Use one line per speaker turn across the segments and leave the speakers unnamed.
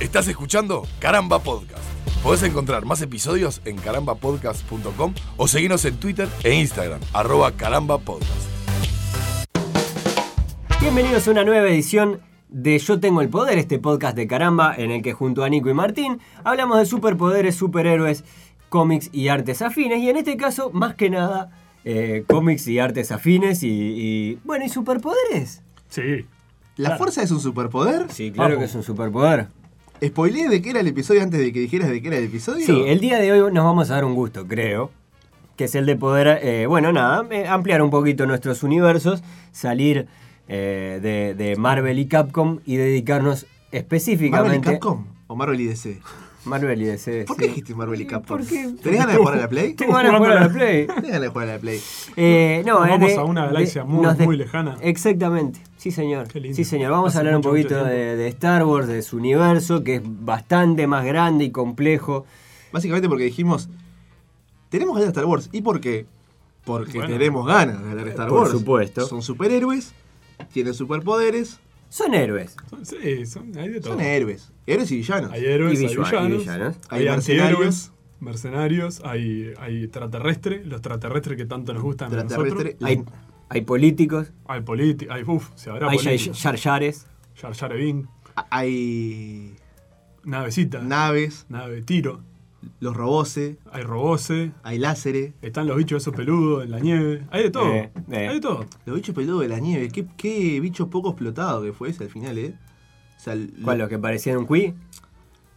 Estás escuchando Caramba Podcast. Podés encontrar más episodios en carambapodcast.com o seguirnos en Twitter e Instagram, arroba carambapodcast.
Bienvenidos a una nueva edición de Yo Tengo el Poder, este podcast de caramba en el que junto a Nico y Martín hablamos de superpoderes, superhéroes, cómics y artes afines. Y en este caso, más que nada, eh, cómics y artes afines y, y- Bueno, ¿y superpoderes?
Sí.
¿La
Claro.
fuerza es un superpoder?
Sí, claro
Vamos.
que es un superpoder.
¿Spoileé de qué era el episodio antes de que dijeras de qué era el episodio?
Sí, el día de hoy nos vamos a dar un gusto, creo. Que es el de poder, eh, bueno, nada, eh, ampliar un poquito nuestros universos, salir eh, de, de Marvel y Capcom y dedicarnos específicamente.
¿Marvel y Capcom o Marvel y DC?
Marvel y DC.
¿Por
sí.
qué dijiste Marvel y Capcom?
Porque-
¿Tenés ganas de jugar a la Play?
Tengo ganas de jugar a la Play.
Tenés ganas de jugar a la Play.
Eh, no,
Nos
eh,
vamos
de-
a una
de-
galaxia muy,
nos de-
muy lejana.
Exactamente, sí señor.
Qué lindo.
Sí señor, vamos
Hace
a hablar un
mucho,
poquito
mucho
de, de Star Wars, de su universo, que es bastante más grande y complejo.
Básicamente porque dijimos, tenemos ganas de Star Wars. ¿Y por qué? Porque
Bueno.
tenemos ganas de hablar de Star
Por
Wars.
supuesto.
Son superhéroes, tienen superpoderes,
Son héroes.
Son- sí, son- hay de todo.
son héroes. Héroes y villanos.
Hay héroes,
Y
hay
villano-
villanos,
y villanos.
hay,
Hay
antihéroes, mercenarios, hay, hay extraterrestres, los extraterrestres que tanto nos gustan a nosotros.
Extraterrestre,
Hay, hay políticos,
Hay políticos, hay uff, se habrá
hay
políticos.
yaryares.
Jar Jar Binks,
hay
navecita,
naves,
nave de tiro,
los robose,
hay robose,
hay láseres.
están los bichos esos peludos en la nieve, hay de todo,
Eh, eh.
hay de todo.
Los bichos peludos de la nieve, qué, qué bicho poco explotado que fue ese al final, ¿eh? O sea, lo,
¿Cuál? ¿Los que parecían un cuí?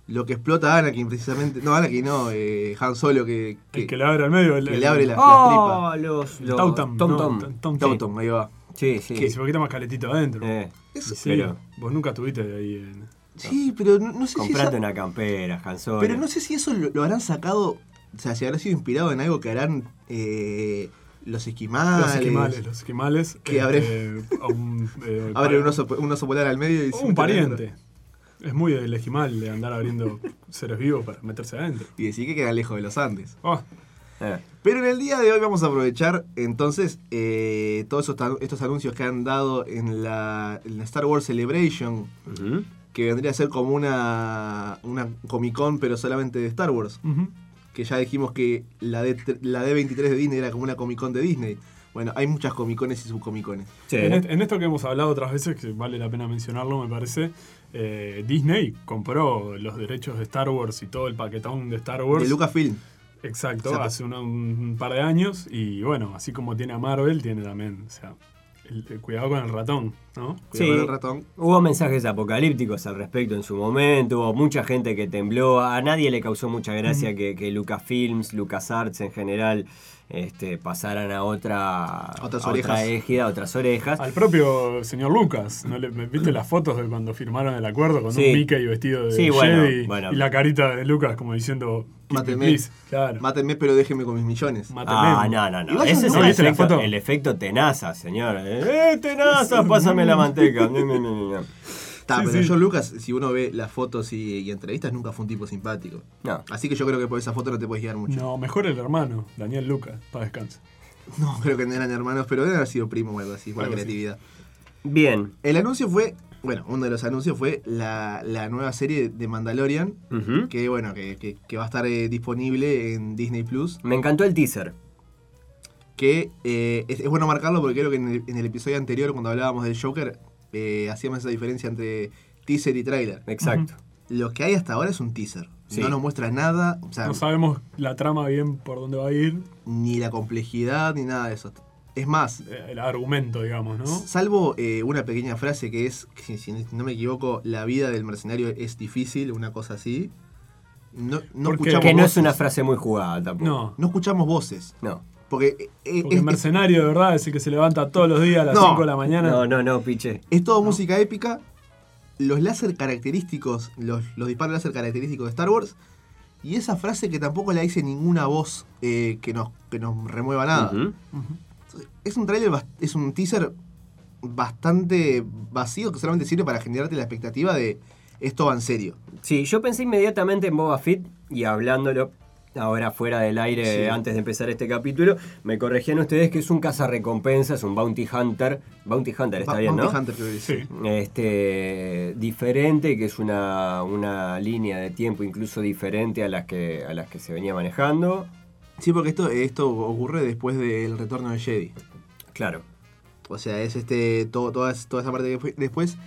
lo que explota Anakin precisamente. No, Anakin no, eh, Han Solo que.
El que le abre al medio, el,
que le abre la-
¡Oh! Los, los
Tautam,
Tom
no,
Tom.
Tom Tom.
Tautum, ahí va.
Sí, sí.
Que se poquita más caletito adentro.
Eh,
Y
Eso-
sí,
pero-
vos nunca estuviste ahí en...
Sí, pero no, no sé si.
comprate
esa-
una campera, Han Solo.
Pero no sé si eso lo, lo habrán sacado. O sea, si habrá sido inspirado en algo que harán eh, los esquimales.
Los esquimales, los esquimales.
Que abre-
este, a un, eh,
Abre
pa-
un oso, un oso polar al medio y se
Un
mete
pariente.
adentro.
Es muy el esquimal de andar abriendo seres vivos para meterse adentro.
Y decir que quedan lejos de los Andes.
Ah,
Eh,
Pero en el día de hoy vamos a aprovechar entonces eh, todos esos tan- estos anuncios que han dado en la, en la Star Wars Celebration,
ujú.
que vendría a ser como una, una Comic Con, pero solamente de Star Wars.
ujú.
Que ya dijimos que la, D, la D23 de Disney era como una Comic Con de Disney. Bueno, hay muchas Comic Cones y subcomic Cones.
Sí.
en, est- en esto que hemos hablado otras veces, que vale la pena mencionarlo, me parece, eh, Disney compró los derechos de Star Wars y todo el paquetón de Star Wars.
De Lucasfilm.
Exacto,
Exacto.
hace una- un par de años. Y bueno, así como tiene a Marvel, tiene también, o sea, el- el cuidado con el ratón, ¿no?
Cuidado
Sí.
con el ratón.
Hubo mensajes apocalípticos al respecto en su momento, hubo mucha gente que tembló, a nadie le causó mucha gracia que, que Lucasfilms, LucasArts en general, este, pasaran a otra,
Otras
a
orejas.
otra égida, a otras orejas.
Al propio señor Lucas, ¿no le, ¿viste las fotos de cuando firmaron el acuerdo con
Sí.
un Mickey vestido de
Sí,
Jedi
bueno, bueno.
y la carita de Lucas como diciendo "Keep me
Mátenme.
please", Claro.
Mátenme, pero déjenme con mis millones.
Mátenme.
Ah, no, no, no.
Igual
Ese
yo
es
no-
el,
¿No viste la
efecto,
foto?
el efecto tenaza, señor. ¡Eh, tenaza! Pásame la manteca. No, no, no, no.
Está,
Sí,
pero
sí.
yo, Lucas, si uno ve las fotos y, y entrevistas, nunca fue un tipo simpático.
No.
Así que yo creo que por esa foto no te puedes guiar mucho.
No, mejor el hermano, Daniel Lucas, para descanso.
No, creo que no eran hermanos, pero deben haber sido primo o algo así, por la
Algo así.
creatividad.
Bien.
El anuncio fue, bueno, uno de los anuncios fue la, la nueva serie de Mandalorian,
Ujú.
que bueno, que, que- que va a estar eh, disponible en Disney Plus.
Me encantó el teaser.
Que eh, es, es bueno marcarlo porque creo que en el, en el episodio anterior, cuando hablábamos del Joker, eh, hacíamos esa diferencia entre teaser y trailer.
Exacto.
Lo que hay hasta ahora es un teaser.
Sí.
No nos muestra nada, o sea,
No sabemos la trama bien por dónde va a ir,
ni la complejidad, ni nada de eso. Es más,
eh, el argumento, digamos, ¿no?
Salvo eh, una pequeña frase que es, que si, si no me equivoco, la vida del mercenario es difícil, una cosa así. No, no
Porque-
escuchamos
Que no es
voces.
una frase muy jugada tampoco.
No.
No escuchamos voces.
No.
Porque, eh, eh,
Porque
es,
el mercenario, de verdad, es el que se levanta todos los días a las
No.
5 de la mañana.
No, no, no, piche.
es todo música épica. Los láser característicos, los, los disparos láser característicos de Star Wars. Y esa frase que tampoco la dice ninguna voz eh, que, nos, que nos remueva nada.
Ujú.
Entonces, Es un trailer, bast- es un teaser bastante vacío que solamente sirve para generarte la expectativa de esto va en serio.
Sí, yo pensé inmediatamente en Boba Fett y hablándolo ahora fuera del aire
Sí.
antes de empezar este capítulo. Me corregían ustedes que es un cazarrecompensas, un bounty hunter. Bounty hunter, está
Ba-
bien,
Bounty
¿no?
Hunter, creo que es.
Sí.
Este, diferente, que es una, una línea de tiempo incluso diferente a las que, a las que se venía manejando.
Sí, porque esto, esto ocurre después del retorno de Jedi.
Claro.
O sea, es este todo, toda, es- toda esa parte que fue después.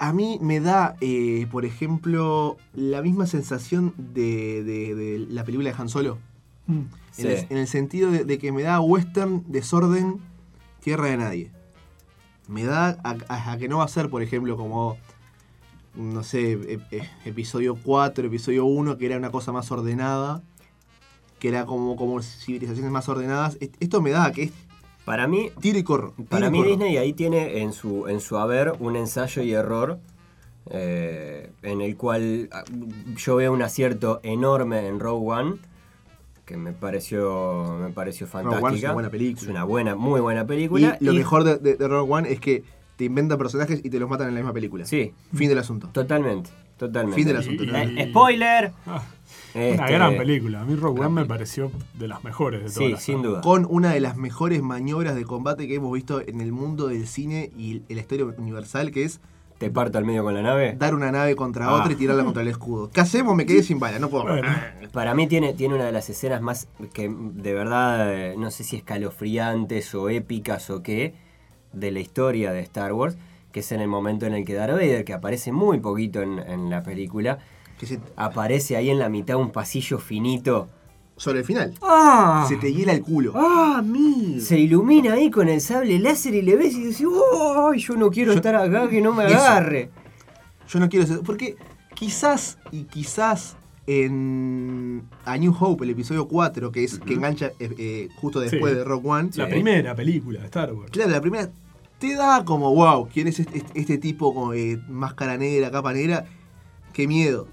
A mí me da, eh, por ejemplo, la misma sensación de, de- de la película de Han Solo.
Sí.
Mm.
En, el, en el sentido de, de que me da western, desorden, tierra de nadie. Me da a, a- a que no va a ser, por ejemplo, como, no sé, e- e- episodio 4, episodio 1, que era una cosa más ordenada, que era como, como civilizaciones más ordenadas. Est- Esto me da a que es
Para mí,
tiro y corro. tiro
Para
y
mí
corro.
Disney ahí tiene en su, en su haber un ensayo y error eh, en el cual ah, yo veo un acierto enorme en Rogue One que me pareció me pareció
One es
fantástica.
una buena película.
Es una buena, muy buena
Y
película.
lo
y-
mejor de, de- de Rogue One es que te inventan personajes y te los matan en la misma película.
Sí,
Fin del asunto.
totalmente, totalmente.
Fin del
Y-
asunto.
y-
total.
Eh, spoiler.
Ah, Una
Este,
gran película. A mí Rogue One me pareció de las mejores de todas.
Sí,
las
sin duda.
Con una de las mejores maniobras de combate que hemos visto en el mundo del cine y en la historia universal, que es
Te parto al medio con la nave.
dar una nave contra
Ah.
otra y tirarla contra el escudo. ¿Qué hacemos? Me quedé sin bala, no puedo.
Bueno.
Para mí tiene, tiene una de las escenas más que de verdad eh, no sé si escalofriantes o épicas o qué de la historia de Star Wars, que es en el momento en el que Darth Vader, que aparece muy poquito en, en la película,
Que se-
aparece ahí en la mitad un pasillo finito.
sobre el final.
¡Ah!
Se te hiela el culo.
¡Ah, mi! Se ilumina ahí con el sable láser y le ves y dices, ¡Oh! Yo no quiero estar acá, que no me
Eso.
agarre.
Yo no quiero ser. Porque quizás y quizás en A New Hope, el episodio 4, que es que engancha eh, eh, justo después
Sí.
de Rock One.
La primera película de Star Wars.
Claro, la primera te da como, wow, ¿quién es este, este- este tipo con eh, máscara negra, capa negra? Qué miedo.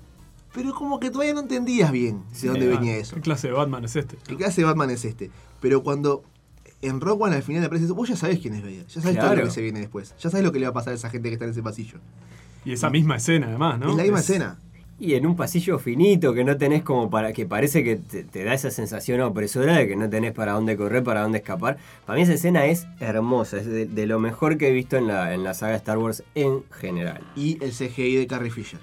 Pero como que todavía no entendías bien de dónde
Eh,
venía
ah,
eso.
¿Qué clase de Batman es este?
El que hace Batman es este. Pero cuando en Rock One al final aparece eso, vos ya sabés quién es Vader. Ya sabés todo
Claro.
lo que se viene después. Ya sabés lo que le va a pasar a esa gente que está en ese pasillo.
Y esa misma escena, además, ¿no?
es la misma escena.
Y en un pasillo finito que no tenés como para. que parece que te, te da esa sensación opresora de que no tenés para dónde correr, para dónde escapar. Para mí esa escena es hermosa, es de, de lo mejor que he visto en la, en la saga Star Wars en general.
Y el CGI de Carrie Fisher.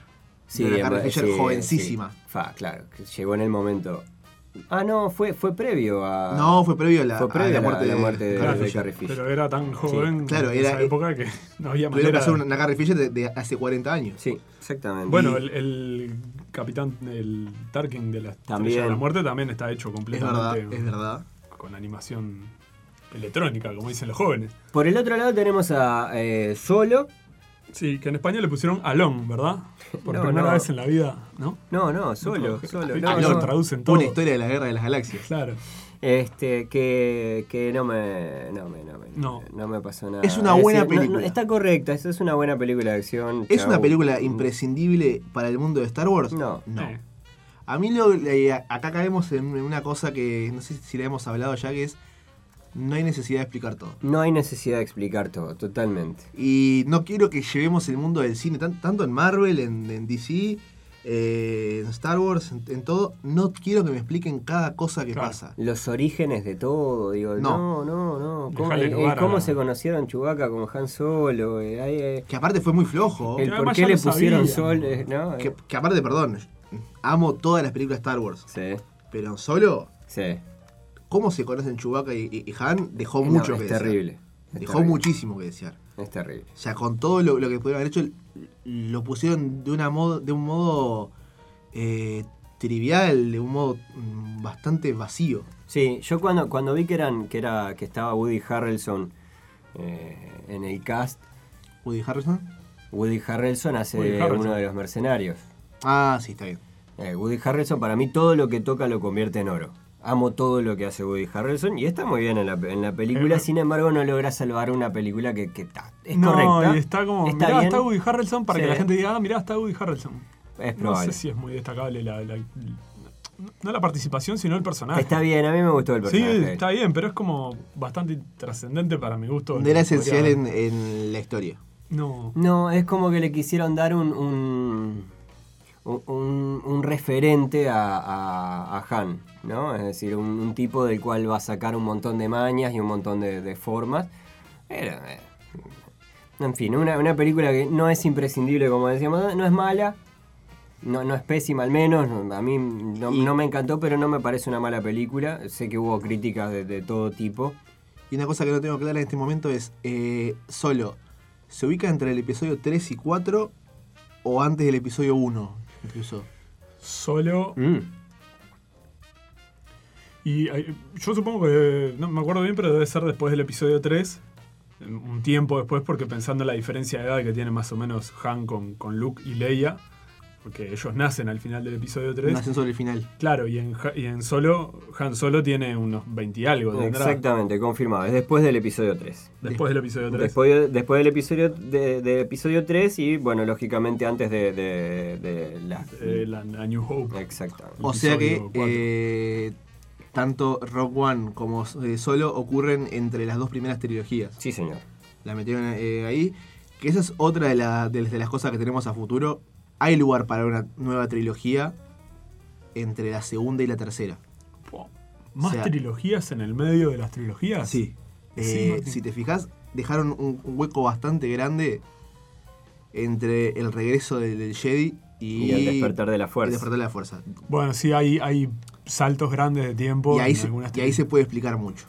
De
en-
la Carrie Fisher
sí,
jovencísima.
sí. Fa, claro, que llegó en el momento. Ah, no, fue, fue previo a.
No, fue previo a la,
Fue previo
a
a
la muerte,
la muerte
de,
de-
Carrie
Claro,
Fisher.
Carrie Fisher.
Pero era tan joven
claro,
en
era-
esa época que no había
Tuvieron que
manera.
hacer una, una Carrie Fisher de, de hace 40 años.
Sí, exactamente.
Bueno, el, el capitán, el Tarkin de la Estrella
También.
de la Muerte también está hecho
Es verdad,
completamente
es verdad.
con animación electrónica, como dicen los jóvenes.
Por el otro lado tenemos a eh, Solo.
Sí, que en España le pusieron Alon, ¿verdad? Por
No,
primera
no.
vez en la vida, ¿no?
No, no, solo, solo. no,
Alon,
no.
Ah, traducen todo.
Una historia de la guerra de las galaxias.
Claro.
Este, que, que no me. No me, no me.
No.
no me pasó nada.
Es una buena
decir, no- no,
película.
está correcta, es, es una buena película de acción.
¿Es
chau.
una película imprescindible para el mundo de Star Wars?
No.
Eh,
A mí lo, eh, acá caemos en una cosa que no sé si la hemos hablado ya, que es no hay necesidad de explicar todo.
No hay necesidad de explicar todo, totalmente.
Y no quiero que llevemos el mundo del cine, tan- tanto en Marvel, en, en DC, eh, en Star Wars, en, en todo. No quiero que me expliquen cada cosa que
Claro.
pasa.
Los orígenes de todo, digo, no,
No.
no, no. ¿Cómo,
Dejale
eh,
lugar a
cómo
la-
se conocieron Chewbacca con Han Solo? eh, ahí, eh,
Oh, Que aparte fue muy flojo.
el
Que
por
además
qué
ya
le
lo
pusieron
sabían.
Sol, eh, ¿no?
Que, que aparte, perdón, amo todas las películas de Star Wars.
Sí,
Pero solo,
sí.
cómo se conocen Chewbacca y, y- y Han dejó mucho
No, es
que desear.
terrible. es
Dejó
terrible,
muchísimo que desear.
Es terrible.
O sea, con todo lo, lo que pudieron haber hecho, lo pusieron de, una modo, de un modo eh, trivial, de un modo mm, bastante vacío.
Sí, yo cuando, cuando vi que eran, que era, que estaba Woody Harrelson eh, en el cast,
Woody Harrison.
Woody Harrelson hace
Woody Harrelson.
uno de los mercenarios.
Ah, sí, está bien.
Eh, Woody Harrelson para mí todo lo que toca lo convierte en oro. Amo todo lo que hace Woody Harrelson y está muy bien en la, en la película,
Eh,
sin embargo no logra salvar una película que, que está, es
no,
correcta.
y está como,
está
mirá,
bien,
está Woody Harrelson para
Sí.
que la gente diga, ah, mirá, está Woody Harrelson.
es
No
probable.
sé si es muy destacable la, la- no la participación, sino el personaje.
Está bien, a mí me gustó el
sí,
personaje.
está bien, pero es como bastante trascendente para mi gusto.
No
Podría-
era esencial en, en la historia.
No.
No, es como que le quisieron dar un, un, un, un- un referente a, a- a Han, ¿no? Es decir, un, un tipo del cual va a sacar un montón de mañas y un montón de, de formas. Era, eh, en fin, una, una película que no es imprescindible, como decíamos, no- no es mala, no, no es pésima al menos, no- a mí no,
Y-
no me encantó, pero no me parece una mala película. Sé que hubo críticas de, de todo tipo.
Y una cosa que no tengo clara en este momento es, eh, solo, ¿se ubica entre el episodio 3 y 4 o antes del episodio 1? Incluso.
Solo.
Mm.
Y hay- yo supongo que. No me acuerdo bien, pero debe ser después del episodio 3. Un tiempo después, porque pensando en la diferencia de edad que tienen más o menos Han con, con Luke y Leia. Porque ellos nacen al final del episodio 3.
Nacen sobre el final.
Claro, y en, Ja- y en solo. Han solo tiene unos 20 y algo. tendrá,
Exactamente, confirmado. Es después del episodio 3.
Después del episodio 3.
Después, después del episodio de, de episodio 3 y bueno, lógicamente antes de, de- de la...
eh, la, la New Hope.
Exactamente.
O sea que
Episodio cuatro.
eh, tanto Rock One como eh, Solo ocurren entre las dos primeras trilogías.
Sí, señor.
La metieron eh, ahí. Que esa es otra de, la- de- de las cosas que tenemos a futuro. Hay lugar para una nueva trilogía entre la segunda y la tercera.
Po. ¿Más
O sea-
trilogías en el medio de las trilogías?
Sí.
Sí,
Eh,
Martín.
si te fijas, dejaron un, un hueco bastante grande entre el regreso del, del Jedi y,
Y el despertar de la fuerza.
el despertar de la fuerza.
Bueno, sí, hay, hay saltos grandes de tiempo.
Y ahí,
en
se,
algunas
y ahí se puede explicar mucho.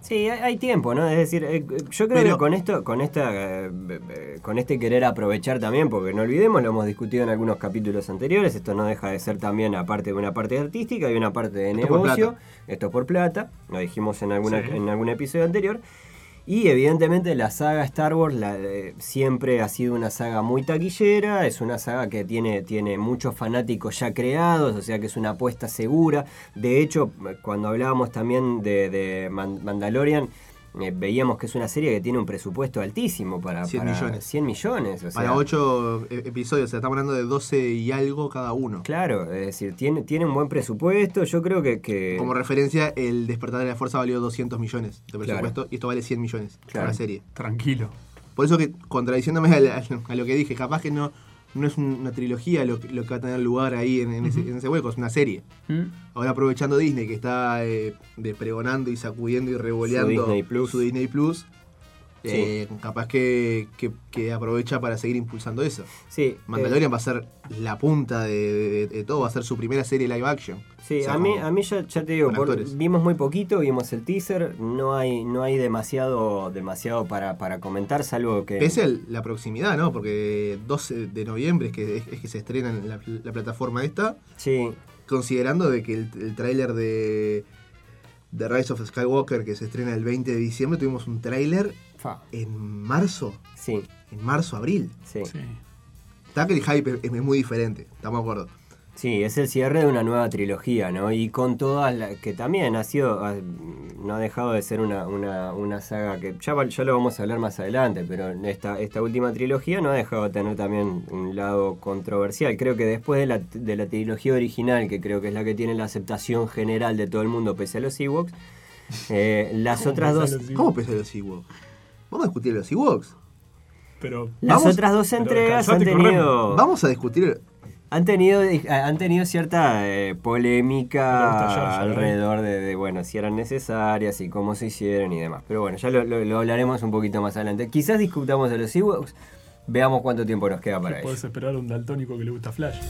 Sí, hay, hay tiempo, ¿no? Es decir, eh, yo creo
Pero-
que con esto, con esta, eh, eh, con este querer aprovechar también, porque no olvidemos, lo hemos discutido en algunos capítulos anteriores, esto no deja de ser también aparte de una parte artística y una parte de
Esto por
negocio, esto por plata, lo dijimos en alguna,
Sí.
en algún episodio anterior. Y evidentemente la saga Star Wars la, eh, siempre ha sido una saga muy taquillera, es una saga que tiene, tiene muchos fanáticos ya creados, o sea que es una apuesta segura. De hecho, eh, cuando hablábamos también de, de Man- Mandalorian, eh, veíamos que es una serie que tiene un presupuesto altísimo para
100
para
millones.
100 millones, o sea,
para ocho eh, episodios, o sea, estamos hablando de 12 y algo cada uno.
Claro, es decir, tiene, tiene un buen presupuesto, yo creo que... que-
Como referencia, el despertar de la fuerza valió 200 millones de presupuesto y esto vale 100 millones
Claro.
por serie.
Tranquilo.
Por eso que, contradiciéndome a, la- a lo que dije, capaz que no, no es una trilogía lo, que- lo que va a tener lugar ahí en, en ese, en ese hueco, es una serie.
Mm.
Ahora aprovechando Disney, que está eh, de pregonando y sacudiendo y revoleando
Su Disney Plus.
su Disney Plus, eh, capaz que, que- que aprovecha para seguir impulsando eso.
Sí, eh,
Mandalorian va a ser la punta de, de- de todo, va a ser su primera serie live action.
Sí,
O sea,
a, mí,
como-
a mí ya, ya te digo,
con
por-
actores.
vimos muy poquito, vimos el teaser, no hay, no hay demasiado, demasiado para, para comentar, salvo que...
Pese a la proximidad, ¿no? Porque 12 de noviembre es que, es, es que se estrena en la, la plataforma esta,
Sí,
considerando de que el, el tráiler de, de Rise of Skywalker, que se estrena el 20 de diciembre, tuvimos un tráiler
fa,
en marzo,
sí,
en marzo, abril.
sí.
Sí.
Está que el hype es, es muy diferente, estamos de acuerdo.
Sí, es el cierre de una nueva trilogía, ¿no? Y con todas las que también ha sido, ha- no ha dejado de ser una, una, una saga que ya, va- ya lo vamos a hablar más adelante, pero en esta, esta última trilogía no ha dejado de tener también un lado controversial. Creo que después de la, de la trilogía original, que creo que es la que tiene la aceptación general de todo el mundo, pese a los Ewoks, eh, las otras
Pensalo
dos...
así.
¿Cómo pesa los Ewoks? Vamos a discutir los Ewoks.
Pero
Las
Vamos,
otras dos
pero
entregas han
descansate y corremos.
tenido...
Vamos a discutir
Han tenido, eh, han tenido cierta eh,
Le gusta Jar
polémica
Jar, ¿eh?
alrededor de, de, bueno, si eran necesarias y cómo se hicieron y demás. Pero bueno, ya lo, lo- lo hablaremos un poquito más adelante. Quizás discutamos de los Ewoks, veamos cuánto tiempo nos queda para
puedes
eso.
esperar un daltónico que le gusta Flash.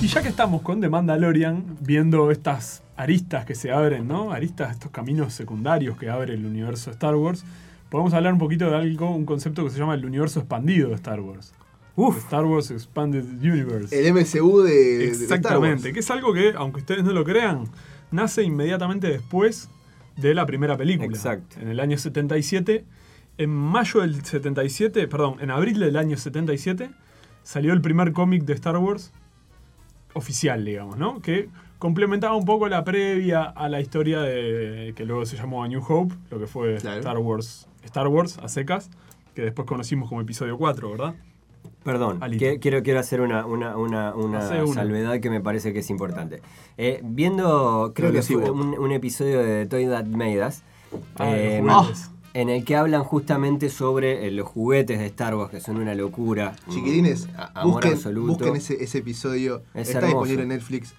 Y ya que estamos con The Mandalorian, viendo estas aristas que se abren, ¿no? Aristas, estos caminos secundarios que abre el universo de Star Wars, podemos hablar un poquito de algo, un concepto que se llama el universo expandido de Star Wars. Star Wars Expanded Universe.
el MCU de- de, de Star Wars.
Exactamente, que es algo que, aunque ustedes no lo crean, nace inmediatamente después de la primera película.
Exacto.
En el año 77. En mayo del 77, perdón, en abril del año 77, salió el primer cómic de Star Wars oficial, digamos, ¿no? Que complementaba un poco la previa a la historia de que luego se llamó A New Hope, lo que fue
Claro.
Star Wars, Star Wars a secas, que después conocimos como episodio 4, ¿verdad?
Perdón,
Alito.
que- quiero, quiero hacer una, una, una, una
Hace una.
salvedad que me parece que es importante. Eh, viendo, creo
Lo de
que
los
fue un,
Ewoks.
un episodio de Toy That Made Us,
Ah, los
eh,
juguetes.
en el que hablan justamente sobre eh, los juguetes de Star Wars, que son una locura.
Chiquilines,
Mm, a- amor
busquen,
absoluto.
busquen ese, ese episodio.
Es
Está
hermoso.
disponible en Netflix.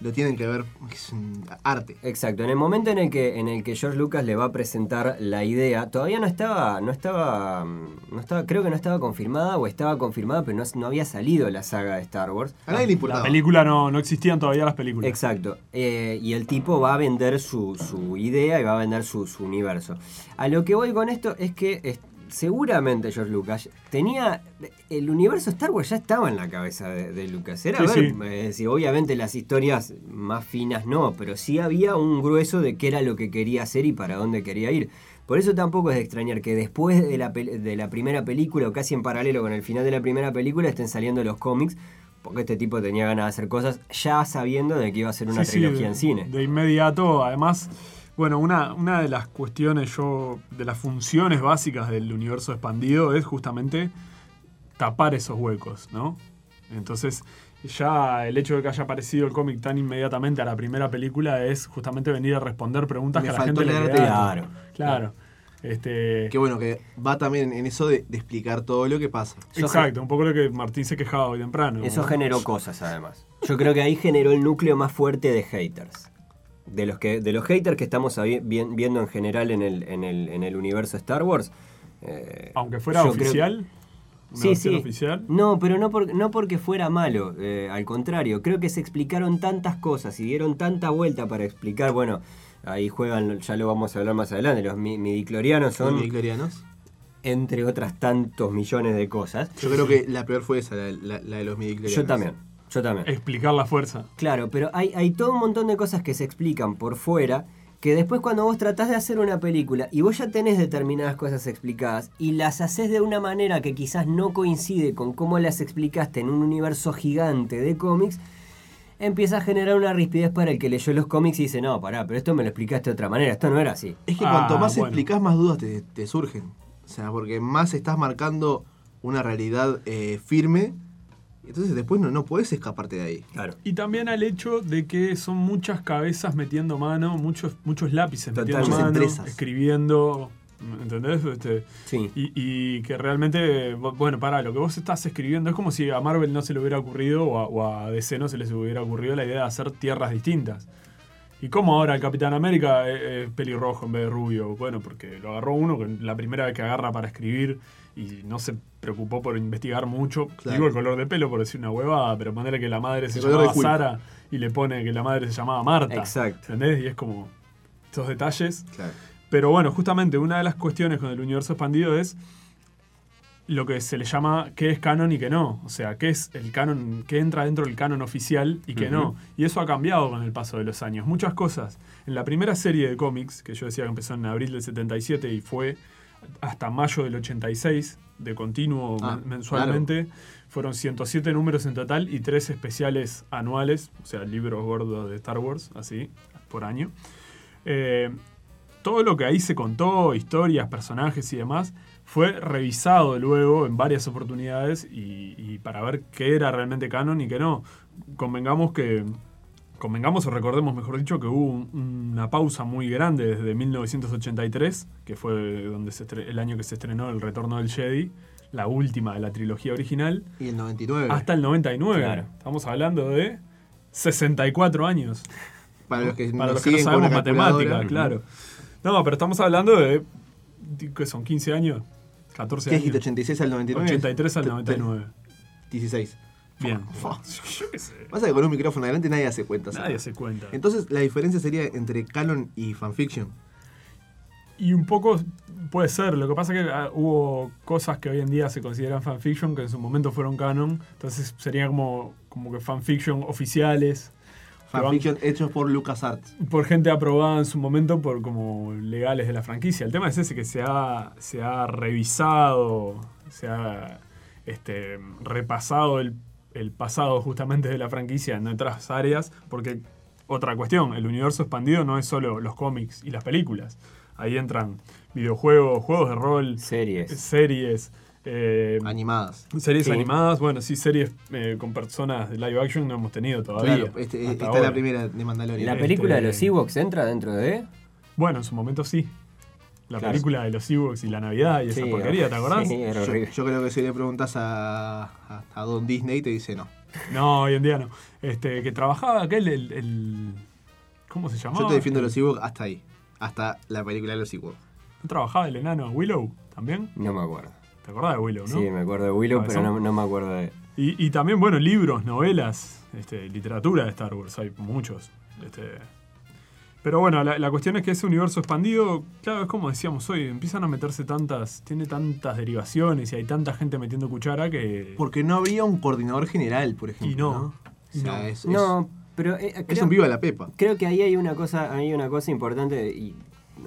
Lo tienen que ver. Es un arte.
Exacto, en el momento en el que en el que George Lucas le va a presentar la idea, todavía no estaba, no estaba, mm, no estaba, creo que no estaba confirmada o estaba confirmada, pero no, no había salido la saga de Star Wars.
A nadie
La
le importaba.
película no, no existían todavía las películas.
Exacto. Eh, y el tipo va a vender su, su idea y va a vender su, su universo. A lo que voy con esto es que es- seguramente George Lucas tenía. El universo Star Wars ya estaba en la cabeza de, de Lucas. Era
Sí,
ver,
sí.
eh, si obviamente las historias más finas no, pero sí había un grueso de qué era lo que quería hacer y para dónde quería ir. Por eso tampoco es de extrañar que después de la, pel- de la primera película, o casi en paralelo con el final de la primera película, estén saliendo los cómics, porque este tipo tenía ganas de hacer cosas ya sabiendo de que iba a ser una
Sí, sí,
trilogía
de-
en cine.
De inmediato, además, bueno, una, una de las cuestiones yo, de las funciones básicas del universo expandido es justamente tapar esos huecos, ¿no? Entonces, ya el hecho de que haya aparecido el cómic tan inmediatamente a la primera película es justamente venir a responder preguntas
Me
que a la
faltó
gente le
leerte.
quedaron.
Claro.
Claro. Este,
Que bueno, que va también en eso de, de explicar todo lo que pasa.
Eso
exacto, un poco lo que Martín se quejaba hoy temprano.
Eso generó cosas además. Yo creo que ahí generó el núcleo más fuerte de haters. De los, que, de los haters que estamos ahí vi- viendo en general en el, en el, en el universo Star Wars. eh,
Aunque fuera
yo creo-
oficial, una
Sí,
versión
sí.
oficial.
No, pero no, por- no porque fuera malo, eh, al contrario, creo que se explicaron tantas cosas y dieron tanta vuelta para explicar, bueno, ahí juegan, ya lo vamos a hablar más adelante, los mi- midiclorianos
Son
son,
victorianos.
entre otras tantos millones de cosas.
Yo creo que la peor fue esa, la, la- la de los midiclorianos.
Yo también, yo también.
Explicar la fuerza.
Claro, pero hay, hay todo un montón de cosas que se explican por fuera que después cuando vos tratás de hacer una película y vos ya tenés determinadas cosas explicadas y las haces de una manera que quizás no coincide con cómo las explicaste en un universo gigante de cómics, empieza a generar una rispidez para el que leyó los cómics y dice, no, pará, pero esto me lo explicaste de otra manera, esto no era así.
Es que
Ah,
cuanto más
bueno.
explicás, más dudas te, te surgen. O sea, porque más estás marcando una realidad eh, firme. Entonces después no, no puedes escaparte de ahí.
Claro.
Y también al hecho de que son muchas cabezas metiendo mano, muchos, muchos lápices metiendo
Muchas
mano,
empresas.
escribiendo, ¿entendés? Este,
Sí.
y, y que realmente, bu- bueno, para lo que vos estás escribiendo es como si a Marvel no se le hubiera ocurrido o a, o a DC no se les hubiera ocurrido la idea de hacer tierras distintas. ¿Y cómo ahora el Capitán América eh, es, es pelirrojo en vez de rubio? Bueno, porque lo agarró uno que la primera vez que agarra para escribir y no se preocupó por investigar mucho.
Claro.
Digo el color de pelo por decir una huevada, pero ponerle que la madre se
El color de
llamaba
culpa.
Sara y le pone que la madre se llamaba Marta.
Exacto.
¿Entendés? Y es como esos detalles
Claro.
pero bueno, justamente una de las cuestiones con el universo expandido es lo que se le llama qué es canon y qué no. O sea, qué es el canon, qué entra dentro del canon oficial y qué no. Y eso ha cambiado con el paso de los años. Muchas cosas. En la primera serie de cómics, que yo decía que empezó en abril del 77 y fue hasta mayo del 86, de continuo
Ah,
men- mensualmente, fueron 107 números en total y 3 especiales anuales, o sea, libros gordos de Star Wars, así, por año. Eh, todo lo que ahí se contó, historias, personajes y demás, fue revisado luego en varias oportunidades y, y para ver qué era realmente canon y qué no. Convengamos que. Convengamos o recordemos, mejor dicho, que hubo un- una pausa muy grande desde 1983, que fue donde se estre- el año que se estrenó El Retorno del Jedi, la última de la trilogía original,
Y el 99.
hasta el 99.
Claro.
Estamos hablando de 64 años
para los que
para
nos
los que no
siguen con
sabemos
la calculadora.
matemáticas, claro. No, pero estamos hablando de. que son? ¿15 años? ¿14
¿Qué
años?
dijiste? 86 al 99.
83 al
Te- te-
99.
16.
Bien.
Fua.
Yo qué sé.
Pasa que con un micrófono adelante nadie hace cuentas.
Nadie se cuenta.
Entonces la diferencia sería entre canon y fanfiction.
Y un poco puede ser. Lo que pasa es que ah, hubo cosas que hoy en día se consideran fanfiction que en su momento fueron canon. Entonces serían como, como que fanfiction oficiales. que van
Fanfiction hechos por LucasArts.
por gente aprobada en su momento por como legales de la franquicia. El tema es ese que se ha, se ha revisado, se ha este, repasado el, el pasado justamente de la franquicia en otras áreas, porque otra cuestión, el universo expandido no es solo los cómics y las películas. Ahí entran videojuegos, juegos de rol,
Series.
series, eh,
Animadas.
series
Sí.
animadas, bueno, sí, series eh, con personas de live action no hemos tenido todavía.
Claro, este-
hasta
esta es
ahora.
la primera de Mandalorian. Eh,
¿La
Este-
película de los Ewoks entra dentro de...?
Bueno, en su momento sí. La
Claro.
película de los Ewoks y la Navidad y esa
Sí,
porquería, ¿te acordás?
Sí, era
Yo,
horrible.
yo creo que si le preguntas a, a, a Don Disney te dice no.
No, hoy en día no. Este, que trabajaba aquel, el. el- ¿Cómo se llamaba?
Yo te defiendo los Ewoks hasta ahí. Hasta la película de los Ewoks.
¿No trabajaba el enano Willow también?
No me acuerdo.
¿Te acordás de Willow, no?
Sí, me acuerdo de Willow,
Ah,
pero
son-
no, no me acuerdo de.
Y, y también, bueno, libros, novelas, este, literatura de Star Wars, hay muchos. este. Pero bueno, la, la cuestión es que ese universo expandido, claro, es como decíamos hoy, empiezan a meterse tantas, tiene tantas derivaciones y hay tanta gente metiendo cuchara que...
Porque no habría un coordinador general, por ejemplo.
Y no,
O
no.
sea, Es, es-
No, pero. eh,
es
creo-
un viva la pepa.
Creo que ahí hay una cosa, hay una cosa importante y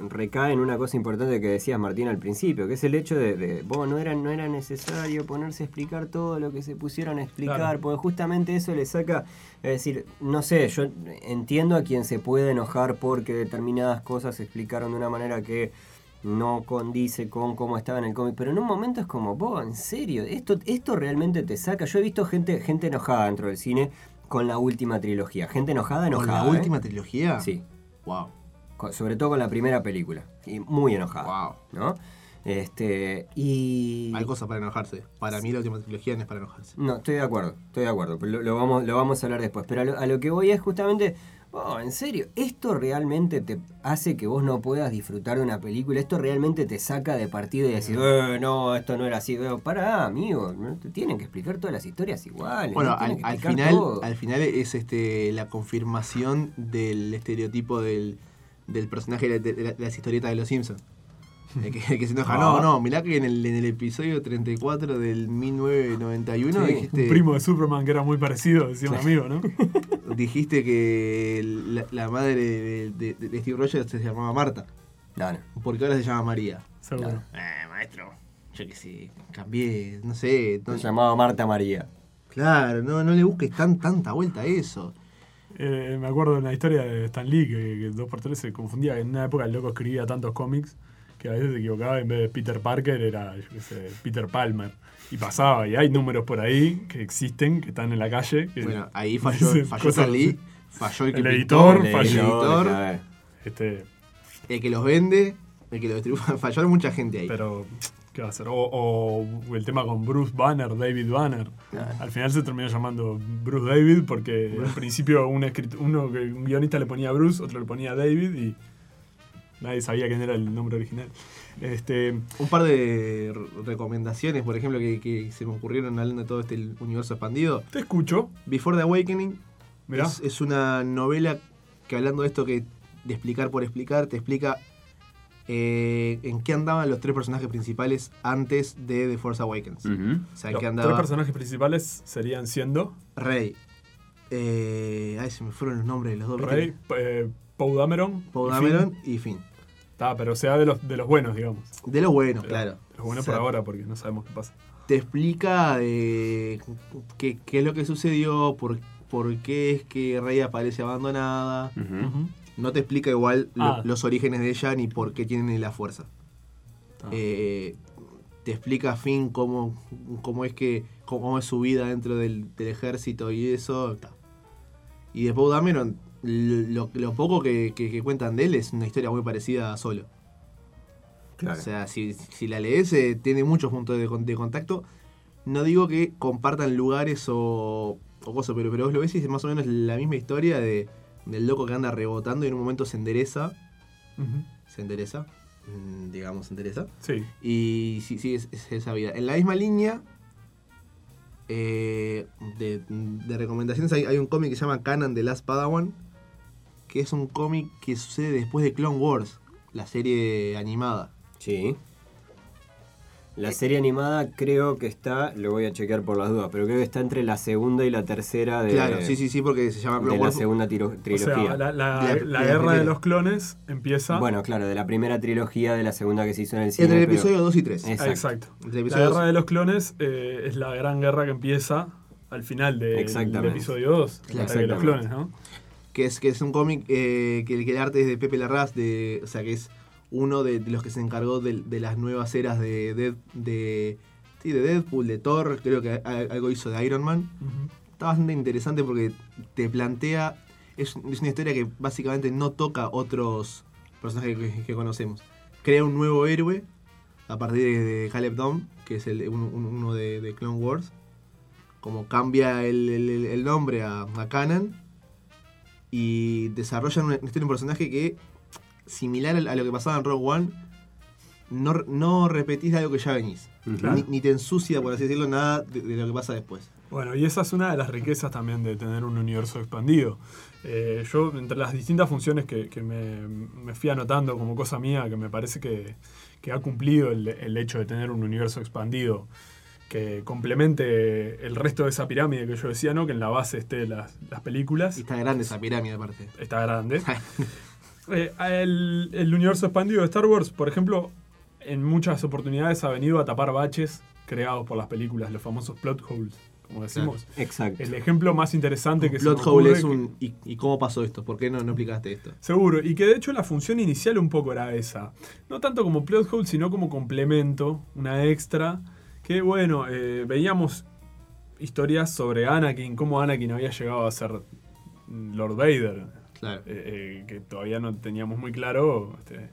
recae en una cosa importante que decías Martín al principio, que es el hecho de, de "Vos, no era, no era necesario ponerse a explicar todo lo que se pusieron a explicar,
Claro.
porque justamente eso le saca, es decir, no sé, yo entiendo a quien se puede enojar porque determinadas cosas se explicaron de una manera que no condice con cómo estaba en el cómic, pero en un momento es como, vos, en serio, esto, esto realmente te saca. Yo he visto gente, gente enojada dentro del cine con la última trilogía, gente enojada,
¿Con
enojada.
la
¿eh?
última trilogía?
Sí,
Wow.
co- sobre todo con la primera película. Y muy enojada.
Wow.
¿No? Este. Y.
Hay cosas para enojarse. Para mí la última trilogía no es para enojarse.
No, estoy de acuerdo, estoy de acuerdo. pero Lo, lo vamos, lo vamos a hablar después. Pero a lo, a lo que voy es justamente. Oh, en serio, ¿esto realmente te hace que vos no puedas disfrutar de una película? ¿Esto realmente te saca de partido y decir, "Eh, no, esto no era así? Para pará, amigo, no te tienen que explicar todas las historias iguales.
Bueno,
no tienen
al,
que
al
explicar
final,
todo".
al final es este la confirmación del estereotipo del, del personaje de, de- de la- de las historietas de los Simpsons. El que, el que se enoja. No, no, mirá que en el, en el episodio 34 del 1991
Sí.
dijiste,
Un primo de Superman que era muy parecido, decía un amigo, ¿no?
dijiste que la, la madre de, de- de Steve Rogers se llamaba Marta.
No, no.
Porque ahora se llama María.
Seguro.
Eh, maestro, yo qué sé, cambié, no sé. no-
Se llamaba Marta María.
claro, no, no le busques tan, tanta vuelta a eso.
Eh, me acuerdo de una historia de Stan Lee que, que 2x3 se confundía. En una época el loco escribía tantos cómics que a veces se equivocaba. En vez de Peter Parker era, yo qué sé, Peter Palmer. Y pasaba. Y hay números por ahí que existen, que están en la calle. que-
Bueno, ahí falló,
dicen
falló
cosas
Stan Lee,
así.
falló el que
El
pintó,
editor,
el
falló.
editor,
a ver.
Este,
el que los vende, el que los distribuye, falló mucha gente ahí.
pero, ¿qué va a hacer? O, o el tema con Bruce Banner, David Banner. Al final se terminó llamando Bruce David porque al principio un, escrit- uno, que- un guionista le ponía Bruce, otro le ponía David y nadie sabía quién era el nombre original. Este,
Un par de re- recomendaciones, por ejemplo, que, que se me ocurrieron hablando de todo este universo expandido.
te escucho.
Before the Awakening
Mirá.
es, es una novela que hablando de esto que de explicar por explicar, te explica eh, en qué andaban los tres personajes principales antes de The Force Awakens.
Mm.
O sea,
Los
en qué
tres
andaba
personajes principales serían siendo
Rey. eh, ay, se me fueron los nombres de los dos. ¿viste?
Rey, eh, Poe Dameron.
Poe
y
Dameron
Finn.
y Finn.
Está, pero sea de los, de los buenos, digamos.
De lo bueno,
De
claro.
Los buenos
O sea,
por ahora, porque no sabemos qué pasa.
Te explica eh, qué, qué es lo que sucedió, por, por qué es que Rey aparece abandonada.
Ujú.
No te explica igual lo-
Ah.
los orígenes de ella ni por qué tienen la fuerza.
Ah.
Eh, te explica Finn cómo, cómo es que cómo es su vida dentro del, del ejército y eso. ta. Y de Poe Dameron, lo, lo poco que, que- que cuentan de él es una historia muy parecida a Solo.
Claro.
O sea, si, si la lees, eh, tiene muchos puntos de, con- de contacto. No digo que compartan lugares o, o cosas, pero, pero vos lo ves y es más o menos la misma historia de, del loco que anda rebotando y en un momento se endereza.
Ujú.
Se endereza. mm, Digamos, se endereza.
Sí.
Y sí, sí, es, es esa vida. En la misma línea eh, de, de recomendaciones hay, hay un cómic que se llama Canon de Last Padawan, que es un cómic que sucede después de Clone Wars, la serie animada.
Sí.
Eh.
La serie animada creo que está, lo voy a chequear por las dudas, pero creo que está entre la segunda y la tercera de,
Claro, sí, sí, sí, porque se llama
de
Clone
la
Wars.
segunda tiro-
O
trilogía.
sea, la, la-
De la-
la
de la
guerra de
primera.
los clones empieza.
Bueno, claro, de la primera trilogía de la segunda que se hizo en el cine.
Entre el
pero-
episodio 2 y 3.
Es-
Ah, exacto.
Entre el
La
episodio
guerra
dos.
de los clones eh, es la gran guerra que empieza al final del
Exactamente.
episodio 2. La guerra de los
Exactamente.
clones, ¿no?
Que es, que es un cómic eh, que, el- que el arte es de Pepe Larraz, de, o sea, que es uno de, de los que se encargó de, de las nuevas eras de, Dead- de, sí, de Deadpool, de Thor, creo que a- algo hizo de Iron Man.
Ujú.
Está bastante interesante porque te plantea, es, es una historia que básicamente no toca otros personajes que, que conocemos. crea un nuevo héroe a partir de, de Caleb Dom, que es el- un- un- uno de, de Clone Wars. Como cambia el, el- el nombre a, a Kanan y desarrollan un, este, un personaje que, similar al- a lo que pasaba en Rogue One, no, re- no repetís algo que ya venís.
Ujú.
Ni, ni te ensucia, por así decirlo, nada de- de lo que pasa después.
Bueno, y esa es una de las riquezas también de tener un universo expandido. Eh, yo, entre las distintas funciones que, que me, me fui anotando como cosa mía, que me parece que, que ha cumplido el, el hecho de tener un universo expandido que complemente el resto de esa pirámide que yo decía, ¿no? Que en la base esté las, las películas.
Y está grande esa pirámide aparte.
está grande. Eh, el, el universo expandido de Star Wars, por ejemplo, en muchas oportunidades ha venido a tapar baches creados por las películas, los famosos plot holes, como decimos.
Exacto.
El ejemplo más interesante que se me
Plot
ocurre
hole es
que-
un. ¿y, y cómo pasó esto? ¿Por qué no, no aplicaste esto?
Seguro, y que de hecho la función inicial un poco era esa. No tanto como plot hole, sino como complemento, una extra. Que bueno, eh, veíamos historias sobre Anakin, cómo Anakin había llegado a ser Lord Vader,
Claro.
eh, eh, que todavía no teníamos muy claro. este,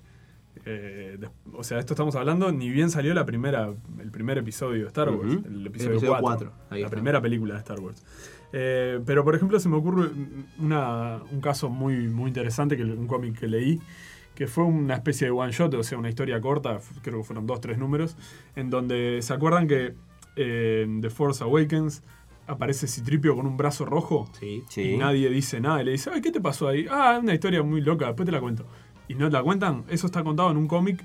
eh, des- o sea, esto estamos hablando, ni bien salió la primera, el primer episodio de Star Wars,
Ujú.
el episodio,
episodio
4,
cuatro, ahí
la
está.
primera película de Star Wars. Eh, pero, por ejemplo, se me ocurre mm, una- un caso muy, muy interesante, que, un cómic que leí, que fue una especie de one shot, o sea, una historia corta, f- creo que fueron dos, tres números, en donde se acuerdan que eh, en The Force Awakens aparece Citripio con un brazo rojo.
Sí.
Sí.
Y nadie dice nada. Y le dice, ay, ¿qué te pasó ahí? Ah, es una historia muy loca, después te la cuento. Y no te la cuentan. Eso está contado en un cómic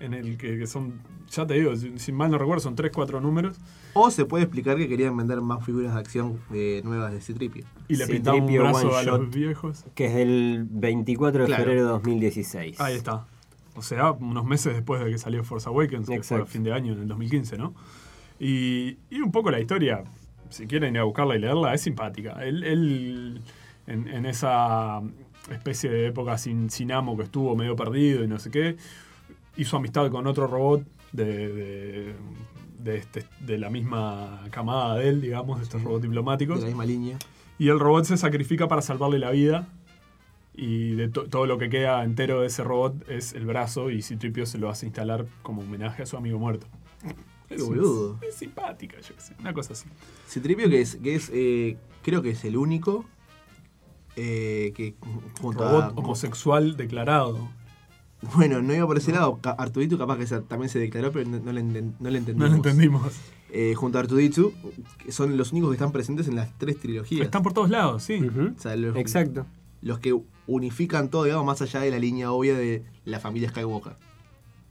en el que, que son, ya te digo, si si mal no recuerdo, son 3, 4 números.
O se puede explicar que querían vender más figuras de acción eh, nuevas de Citripio.
Y le
Sí,
pintaban un
tripio,
brazo
one
a los
shot.
viejos.
Que es del 24 de
Claro.
febrero de 2016.
Ahí está. O sea, unos meses después de que salió Force Awakens, que fue a
Exacto.
fin de año, en el 2015, ¿no? Y, y un poco la historia, si quieren ir a buscarla y leerla, es simpática. Él, él, en, en esa especie de época sin, sin amo que estuvo medio perdido y no sé qué, hizo amistad con otro robot de, de, de este- de la misma camada de él, digamos, de estos robots
De
diplomáticos.
la misma línea.
Y el robot se sacrifica para salvarle la vida. Y de to- todo lo que queda entero de ese robot es el brazo. Y Citripio se lo hace instalar como homenaje a su amigo muerto.
Qué boludo.
Es simpática, yo qué sé. Una cosa así.
Citripio que es, que es eh, creo que es el único eh, que junto a-
Robot homosexual declarado.
Bueno, no iba por ese lado. Ca- Artudito capaz que se- también se declaró, pero no, no le, enten- no
No
le entendimos.
lo entendimos.
Eh, junto a Artudito, que son los únicos que están presentes en las tres trilogías.
Están por todos lados, sí.
Ujú.
O sea, los,
Exacto.
los que unifican todo, digamos, más allá de la línea obvia de la familia Skywalker.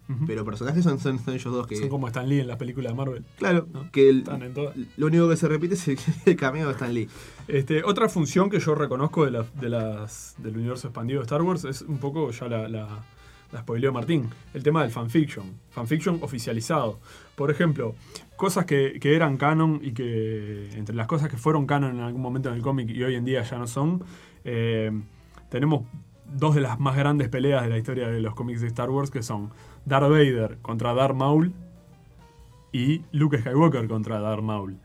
Ujú.
Pero personajes son, son, son ellos dos que.
Son como Stan Lee en las películas de Marvel.
claro,
¿no?
que el-
Están en todas.
lo único que se repite es el, el cameo de Stan Lee.
Este, otra función que yo reconozco de la- de las, del universo expandido de Star Wars es un poco, ya la, la, la spoileó Martín, el tema del fanfiction. Fanfiction oficializado. Por ejemplo, cosas que, que eran canon y que, entre las cosas que fueron canon en algún momento en el cómic y hoy en día ya no son, eh, tenemos dos de las más grandes peleas de la historia de los cómics de Star Wars que son Darth Vader contra Darth Maul y Luke Skywalker contra Darth Maul.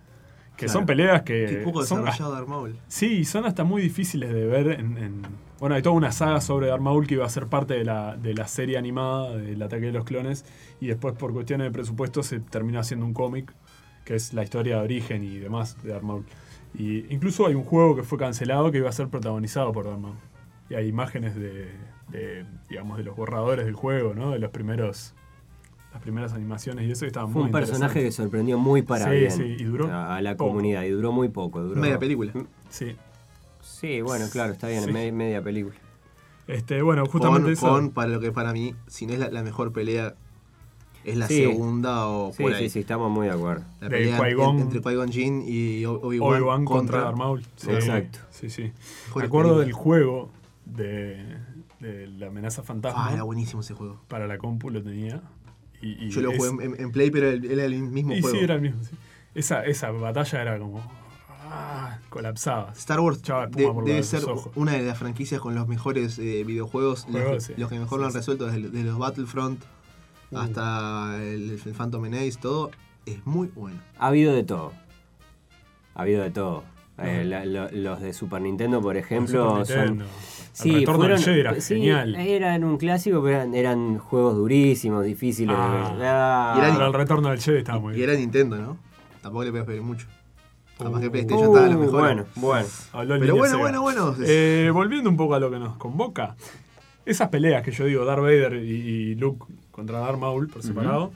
Que son peleas que
Qué poco
Eh, son hasta-
desarrollado Darth Maul.
Sí, son hasta muy difíciles de ver en... en- Bueno, hay toda una saga sobre Darth Maul que iba a ser parte de la, de la serie animada del Ataque de los Clones y después por cuestiones de presupuesto se terminó haciendo un cómic que es la historia de origen y demás de Darth Maul. Y incluso hay un juego que fue cancelado que iba a ser protagonizado por Darth Maul. Y hay imágenes de, de, digamos, de los borradores del juego, ¿no? De los primeros... Las primeras animaciones y eso que estaban
Fue
muy
un personaje que
interesantes.
sorprendió muy para
Sí,
bien
sí, y duró
a a la
poco.
comunidad. Y duró muy poco. Duró... Mm,
Media película.
Sí.
Sí, bueno, claro, está bien.
Sí.
me- media película.
Este, bueno, justamente
Con,
eso...
con, para lo que para mí, si no es la, la mejor pelea, es la
Sí.
segunda o
Sí,
por ahí.
sí, sí, estamos muy de acuerdo.
La
De
pelea
Qui-Gon.
en- entre Qui-Gon Jinn y O- Obi-Wan
Obi-Wan contra Darth Maul. Sí,
Exacto.
Sí, sí.
Mejor
Me acuerdo
película.
del juego de, de la amenaza fantasma.
Ah, era buenísimo ese juego.
para la compu lo tenía. Y, y
Yo lo
es-
jugué en, en- en Play, pero era el- era el mismo
Y
juego.
sí, era el mismo. sí. Esa, esa batalla era como. ah, colapsaba.
Star Wars
Echaba espuma
de-
por
debe
los
ser
ojos.
una de las franquicias con los mejores eh, videojuegos, los-
Juegos,
los,
sí. Uh.
que mejor lo han resuelto, desde, desde los Battlefront hasta el, el Phantom Menace, todo. Es muy bueno.
Ha habido de todo. Ha habido de todo. Eh, la- lo- los de Super Nintendo, por ejemplo,
Super Nintendo.
son.
El retorno del Jedi,
sí, eh,
genial.
Eran un clásico, pero eran, eran juegos durísimos, difíciles.
Ah.
Ah.
Y eran-
Ahora el retorno del Che estaba muy
Y
bien.
era Nintendo, ¿no? Tampoco le podías pedir mucho. Capaz que PlayStation estaba en los
Uh,
mejores.
bueno, bueno.
Habló el
Pero
niño
bueno,
Sega.
bueno, bueno.
Eh, volviendo un poco a lo que nos convoca, esas peleas que yo digo, Darth Vader y, y Luke contra Darth Maul por separado,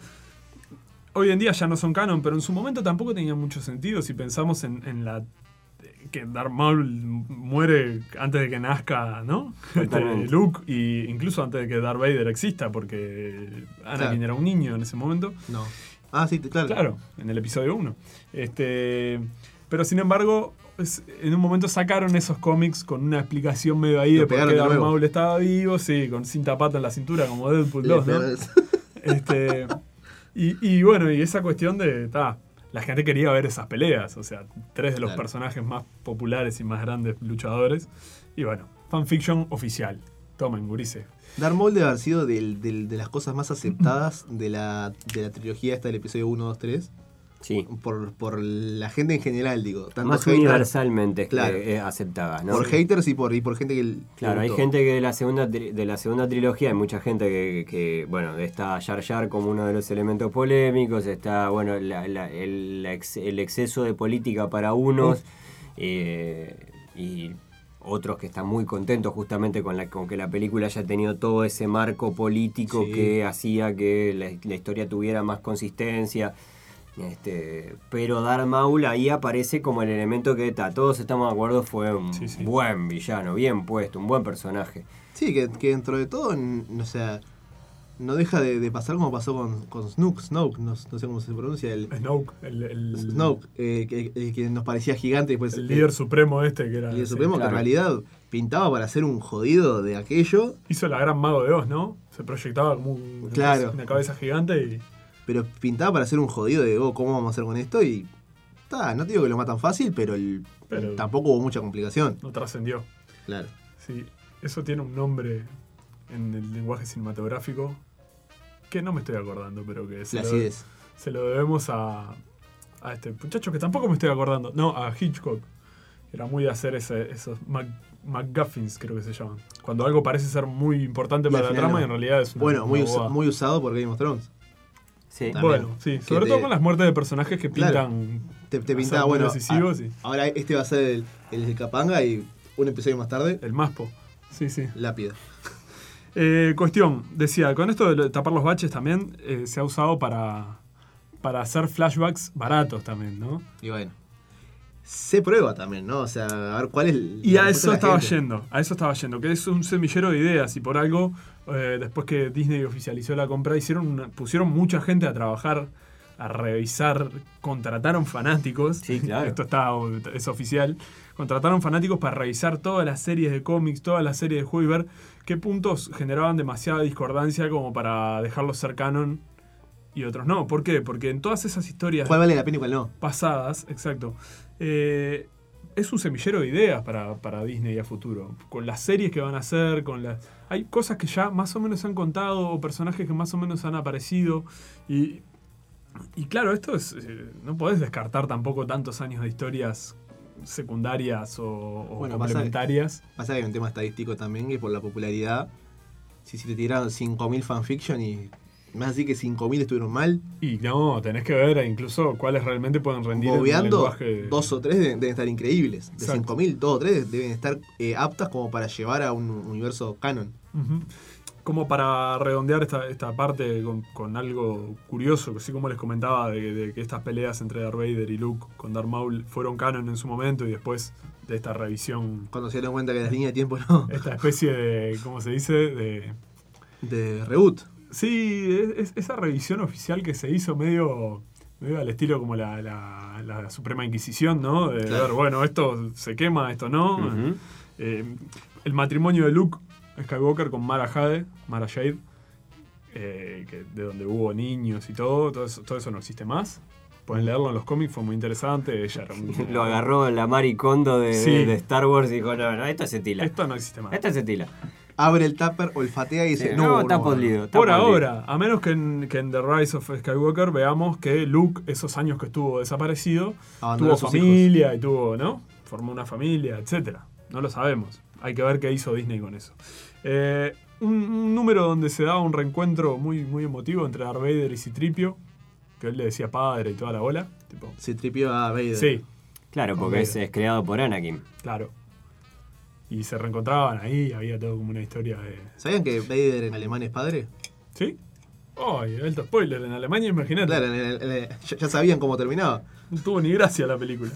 hoy en día ya no son canon, pero en su momento tampoco tenían mucho sentido si pensamos en, en la que Darth Maul muere antes de que nazca, ¿no?
Totalmente.
Este, Luke y incluso antes de que Darth Vader exista, porque Anakin
Claro.
era un niño en ese momento.
No. Ah, sí, claro.
Claro, en el episodio 1. Este, pero sin embargo, es- en un momento sacaron esos cómics con una explicación medio ahí
Lo
de por
pegaron
qué
de
Darth
nuevo.
Maul estaba vivo, sí, con cinta pata en la cintura como Deadpool
Le
2, ¿no?
pegabas-
Este, y, y bueno, y esa cuestión de, ta, la gente quería ver esas peleas, o sea, tres de los
Claro.
personajes más populares y más grandes luchadores. Y bueno, fanfiction oficial. Tomen, gurises.
Darth Maul debe haber sido del- del- de las cosas más aceptadas de la, de la trilogía esta del episodio 1, 2, 3.
Sí.
Por, por la gente en general, digo. Tanto
Más
hater-
universalmente
Claro.
eh, eh, aceptadas, ¿no?
Por haters y por, y por gente que. le
Claro, hay
gustó.
gente que de la segunda tri- de la segunda trilogía, hay mucha gente que, que, bueno, está Jar Jar como uno de los elementos polémicos, está, bueno, la- la- el, la ex- el exceso de política para unos eh, y otros que están muy contentos justamente con, la, con que la película haya tenido todo ese marco político
Sí.
que hacía que la, la historia tuviera más consistencia. Este, pero Darth Maul ahí aparece como el elemento que ta, todos estamos de acuerdo fue un
Sí, sí.
buen villano, bien puesto, un buen personaje.
Sí, que, que dentro de todo, n- o sea, no deja de, de pasar como pasó con, con Snook, Snoke, no, no sé cómo se pronuncia, el
Snoke, el, el-
Snoke, eh, que, el que nos parecía gigante y después
el líder supremo este que era.
el líder
sí,
supremo,
claro.
que en realidad pintaba para ser un jodido de aquello,
hizo la gran mago de Oz, ¿no? Se proyectaba como un-
Claro.
una cabeza gigante y
pero pintaba para ser un jodido de, oh, ¿cómo vamos a hacer con esto? Y, ta, no te digo que lo matan fácil, pero, el-
Pero-
tampoco hubo mucha complicación.
no trascendió.
Claro.
Sí, eso tiene un nombre en el lenguaje cinematográfico que no me estoy acordando, pero que se, lo,
Placidez.
se lo debemos a, a este muchacho que tampoco me estoy acordando. No, a Hitchcock. Era muy de hacer ese- esos Mac- MacGuffins, creo que se llaman. Cuando algo parece ser muy importante
Y
para
al
la
final
trama
no.
y en realidad es una-
Bueno, muy,
una
usa-
bobada.
muy usado por Game of Thrones.
Sí.
También.
Bueno, sí,
Que
sobre todo
te-
con las muertes de personajes que
Claro.
pintan
Te, te
hacer
pintaba,
muy
bueno,
decisivos
a-
y-
ahora este va a ser el, el de Capanga y un episodio más tarde,
el maspo. Sí, sí.
Lápida.
Eh, cuestión, decía, con esto de lo- tapar los baches también eh, se ha usado para, para hacer flashbacks baratos también, ¿no?
Y bueno. Se prueba también, ¿no? O sea, a ver cuál es. la
Y a
respuesta de
eso
la
estaba
gente.
yendo, a eso estaba yendo, que es un semillero de ideas y por algo, eh, después que Disney oficializó la compra, hicieron una- pusieron mucha gente a trabajar, a revisar, contrataron fanáticos,
Sí, claro.
esto está, es oficial, contrataron fanáticos para revisar todas las series de cómics, todas las series de juego y ver qué puntos generaban demasiada discordancia como para dejarlos ser canon y otros no. ¿Por qué? Porque en todas esas historias
¿Cuál vale la pena y cuál no?
pasadas, exacto. Eh, es un semillero de ideas para, para Disney a futuro. Con las series que van a hacer, con las. Hay cosas que ya más o menos han contado, o personajes que más o menos han aparecido. Y. y claro, esto es. eh, no podés descartar tampoco tantos años de historias secundarias o, o
Bueno, pasa-
complementarias.
Pasa que hay un tema estadístico también, que por la popularidad. Si, si te tiraron 5.000 fanfiction y. Más así que 5.000 estuvieron mal,
Y no, tenés que ver incluso cuáles realmente pueden rendir en un
bobeando,
lenguaje-
dos o tres deben, deben estar increíbles. De
Exacto.
5.000, dos o tres deben estar eh, aptas como para llevar a un universo canon.
Ujú. Como para redondear esta, esta parte con, con algo curioso, así como les comentaba, de, de que estas peleas entre Darth Vader y Luke con Darth Maul fueron canon en su momento y después de esta revisión,
Cuando se dieron cuenta que las líneas de tiempo no.
esta especie de, ¿cómo se dice? De,
De reboot.
sí, es- es- esa revisión oficial que se hizo medio, medio al estilo como la, la- la Suprema Inquisición, ¿no? De
Claro.
ver, bueno, esto se quema, esto no.
Ujú.
Eh, el matrimonio de Luke Skywalker con Mara Jade, Mara Jade, eh, que de donde hubo niños y todo, todo eso, todo eso no existe más. Pueden leerlo en los cómics, fue muy interesante. Ella era un-
Lo agarró la Mari Kondo de,
Sí.
de- de Star Wars y dijo, no, no, esto se tila.
Esto no existe más.
Esto se tila.
Abre el tupper, olfatea y dice:
Sí,
No,
no,
no,
está
no".
podrido. está
Por
podrido".
eh.
ahora, a menos que en, que en The Rise of Skywalker veamos que Luke, esos años que estuvo desaparecido,
Abandonó a
tuvo
sus
familia y tuvo, ¿no? formó una familia, etcétera. No lo sabemos. Hay que ver qué hizo Disney con eso. Eh, un, un número donde se daba un reencuentro muy, muy emotivo entre Darth Vader y Citripio, que él le decía padre y toda la bola. Tipo,
Se tripió a Vader.
sí,
Claro, porque
Hombre.
es, es creado por Anakin.
claro. Y se reencontraban ahí, había todo como una historia de.
¿Sabían que Vader en alemán es padre?
¿Sí? ¡Ay, alto spoiler! En Alemania, imagínate.
Claro, en el- en el- ya ya sabían cómo terminaba.
No tuvo ni gracia la película.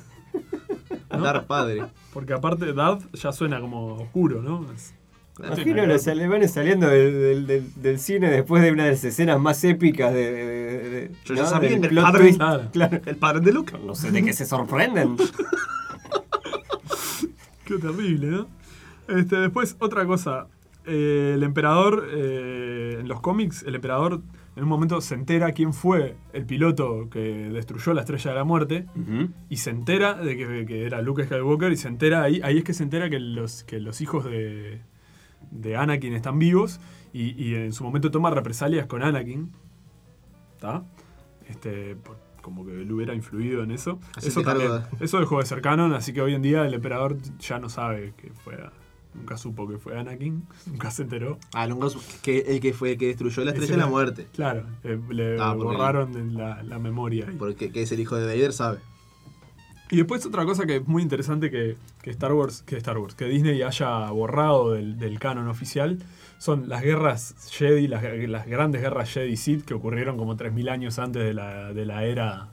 Ah, ¿No?
Dar padre.
Porque aparte Darth ya suena como oscuro, ¿no? Es-
Imagino los alemanes saliendo del, del- del- del cine después de una de las escenas más épicas de. de- de- de-
Yo ya
¿no?
sabía
Del
que el
plot
padre-
twist.
Claro.
Claro.
El padre de Luke.
No sé de qué se sorprenden.
Qué terrible, ¿no? Este, después, otra cosa. Eh, el emperador, eh, en los cómics, el emperador en un momento se entera quién fue el piloto que destruyó la estrella de la muerte
Ujú.
y se entera de que, que era Luke Skywalker y se entera ahí, ahí es que se entera que los, que los hijos de, de Anakin están vivos y, y en su momento toma represalias con Anakin. ¿Está? Este, por- como que él hubiera influido en eso.
Hacete
Eso,
cargo
también- eso dejó de ser canon, así que hoy en día el emperador ya no sabe que fue... Nunca supo que fue Anakin, nunca se enteró.
Ah, Longo, que el que fue el que destruyó la estrella de la muerte.
Claro, eh, le
Ah, porque-
borraron de la, la memoria. ahí.
Porque que es el hijo de Vader, sabe.
Y después otra cosa que es muy interesante que, que Star Wars, que Star Wars, que Disney haya borrado del, del canon oficial, son las guerras Jedi, las, las grandes guerras Jedi Sith que ocurrieron como 3.000 años antes de la, de la era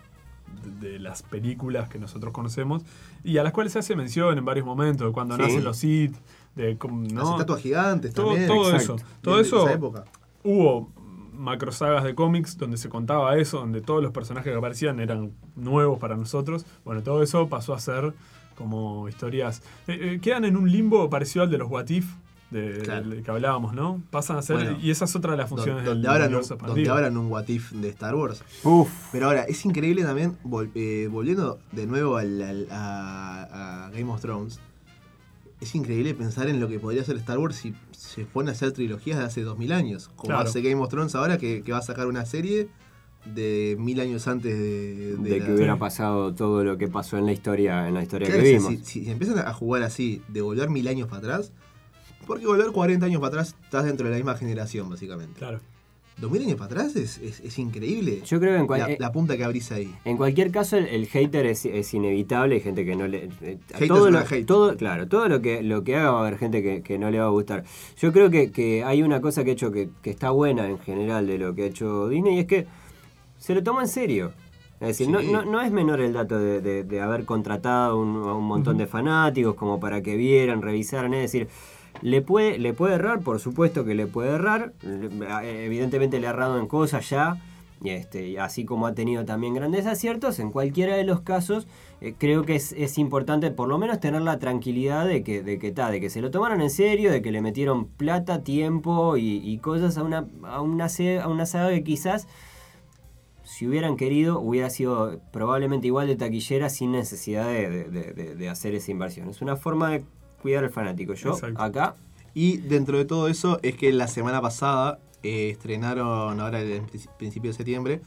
de, de las películas que nosotros conocemos, y a las cuales se hace mención en varios momentos, de cuando
Sí.
nacen los Sith, de cómo-
Las
¿no?
estatuas gigantes
Todo-
también.
todo
exacto.
eso. Todo
De- de
eso
esa época.
hubo macrosagas de cómics donde se contaba eso, donde todos los personajes que aparecían eran nuevos para nosotros. Bueno, todo eso pasó a ser como historias. eh, eh, quedan en un limbo parecido al de los What If, de,
Claro.
del que hablábamos, ¿no? Pasan a ser.
Bueno,
y esa es otra de las funciones
Donde, donde
del
abran un,
universo
donde
expandido.
abran un what if de Star Wars.
Uf.
Pero ahora, es increíble también, vol- eh, volviendo de nuevo al- al- a, a Game of Thrones, es increíble pensar en lo que podría hacer Star Wars si se pone a hacer trilogías de hace 2000 años, como
Claro.
hace Game of Thrones ahora que, que va a sacar una serie de mil años antes de, de
De
la-
que hubiera pasado todo lo que pasó en la historia, en la historia
Claro,
que
si-
vimos.
Si, si empiezan a jugar así, de volver mil años para atrás, porque volver 40 años para atrás estás dentro de la misma generación, básicamente.
Claro.
2000 años para atrás es, es- es increíble.
Yo creo que en, cual-
la,
eh,
la punta que abrís ahí.
en cualquier caso el, el hater es, es inevitable, hay gente que no le... eh, a
Haters
todo,
gonna
lo,
hate.
todo Claro, todo lo que, lo que haga va a haber gente que, que no le va a gustar. Yo creo que, que hay una cosa que he hecho que, que está buena en general de lo que ha hecho Disney y es que se lo toma en serio. Es decir,
Sí.
no, no- no es menor el dato de, de- de haber contratado un- a un montón de fanáticos como para que vieran, revisaran. Es decir, le puede, le puede errar, por supuesto que le puede errar. Le- a- Evidentemente le ha errado en cosas ya. y Este, y así como ha tenido también grandes aciertos, en cualquiera de los casos eh, creo que es, es importante por lo menos tener la tranquilidad de que, de, que, ta, de que se lo tomaron en serio, de que le metieron plata, tiempo y, y cosas a una, a, una, se- a una saga que quizás si hubieran querido, hubiera sido probablemente igual de taquillera sin necesidad de, de- de- de- de hacer esa inversión. Es una forma de cuidar al fanático. Yo
Exacto.
acá,
Y dentro de todo eso es que la semana pasada eh, estrenaron, ahora en princi- principio de septiembre,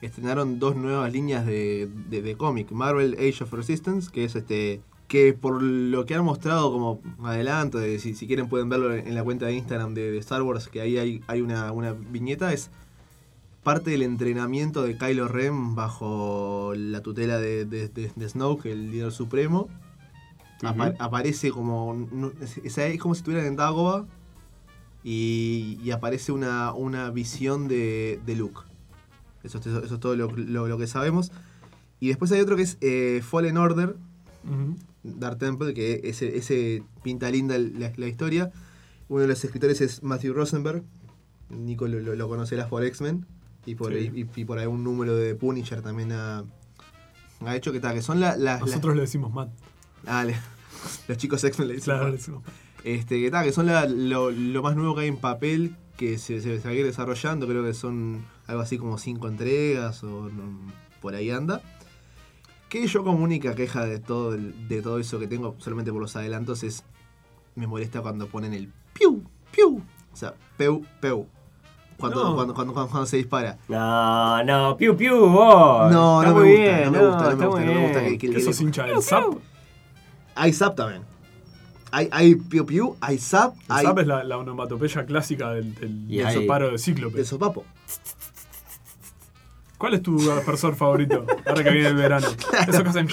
estrenaron dos nuevas líneas de, de, de cómic. Marvel Age of Resistance, que es este que por lo que han mostrado como adelanto, de- si, si quieren pueden verlo en la cuenta de Instagram de, de Star Wars, que ahí hay, hay una, una viñeta, es parte del entrenamiento de Kylo Ren bajo la tutela de, de, de- de Snoke, el líder supremo. Apa-
Ujú.
Aparece como. un- es, es- es como si estuvieran en Dagobah y, y aparece una, una visión de, de Luke. Eso, es- eso es todo lo, lo- lo que sabemos. Y después hay otro que es eh, Fallen Order,
Ujú.
Dark Temple, que ese, ese pinta linda la, la historia. Uno de los escritores es Matthew Rosenberg. Nico lo, lo- lo conocerás por X-Men y por,
Sí.
y, y por algún número de Punisher también ha, ha hecho que, tal, que son la- las- las-
Nosotros le decimos Matt.
Ah, le- los chicos X-Men le dicen.
Claro, le
Juan.
decimos Matt.
Este, que, ta, que son la- lo, lo más nuevo que hay en papel que se, se, se va a ir desarrollando. Creo que son algo así como cinco entregas o no- por ahí anda. Que yo como única queja de todo, el- de todo eso que tengo, solamente por los adelantos, es me molesta cuando ponen el piu, piu. O sea, peu, peu. Cuando,
No.
cuando, cuando, cuando- cuando se dispara.
no, no, piu piu, vos.
No,
Está
no me
muy
gusta,
bien,
no me gusta, no me
está
gusta,
muy
no me gusta
bien.
que-
Que sos hincha del Zap.
Hay zap también. Hay, hay piu piu, hay zap,
El
hay
zap es la, la onomatopeya clásica del, del,
Y
del
hay-
soparo de cíclope.
de sopapo.
¿Cuál es tu aspersor favorito? Ahora que viene el verano. Eso que hacen.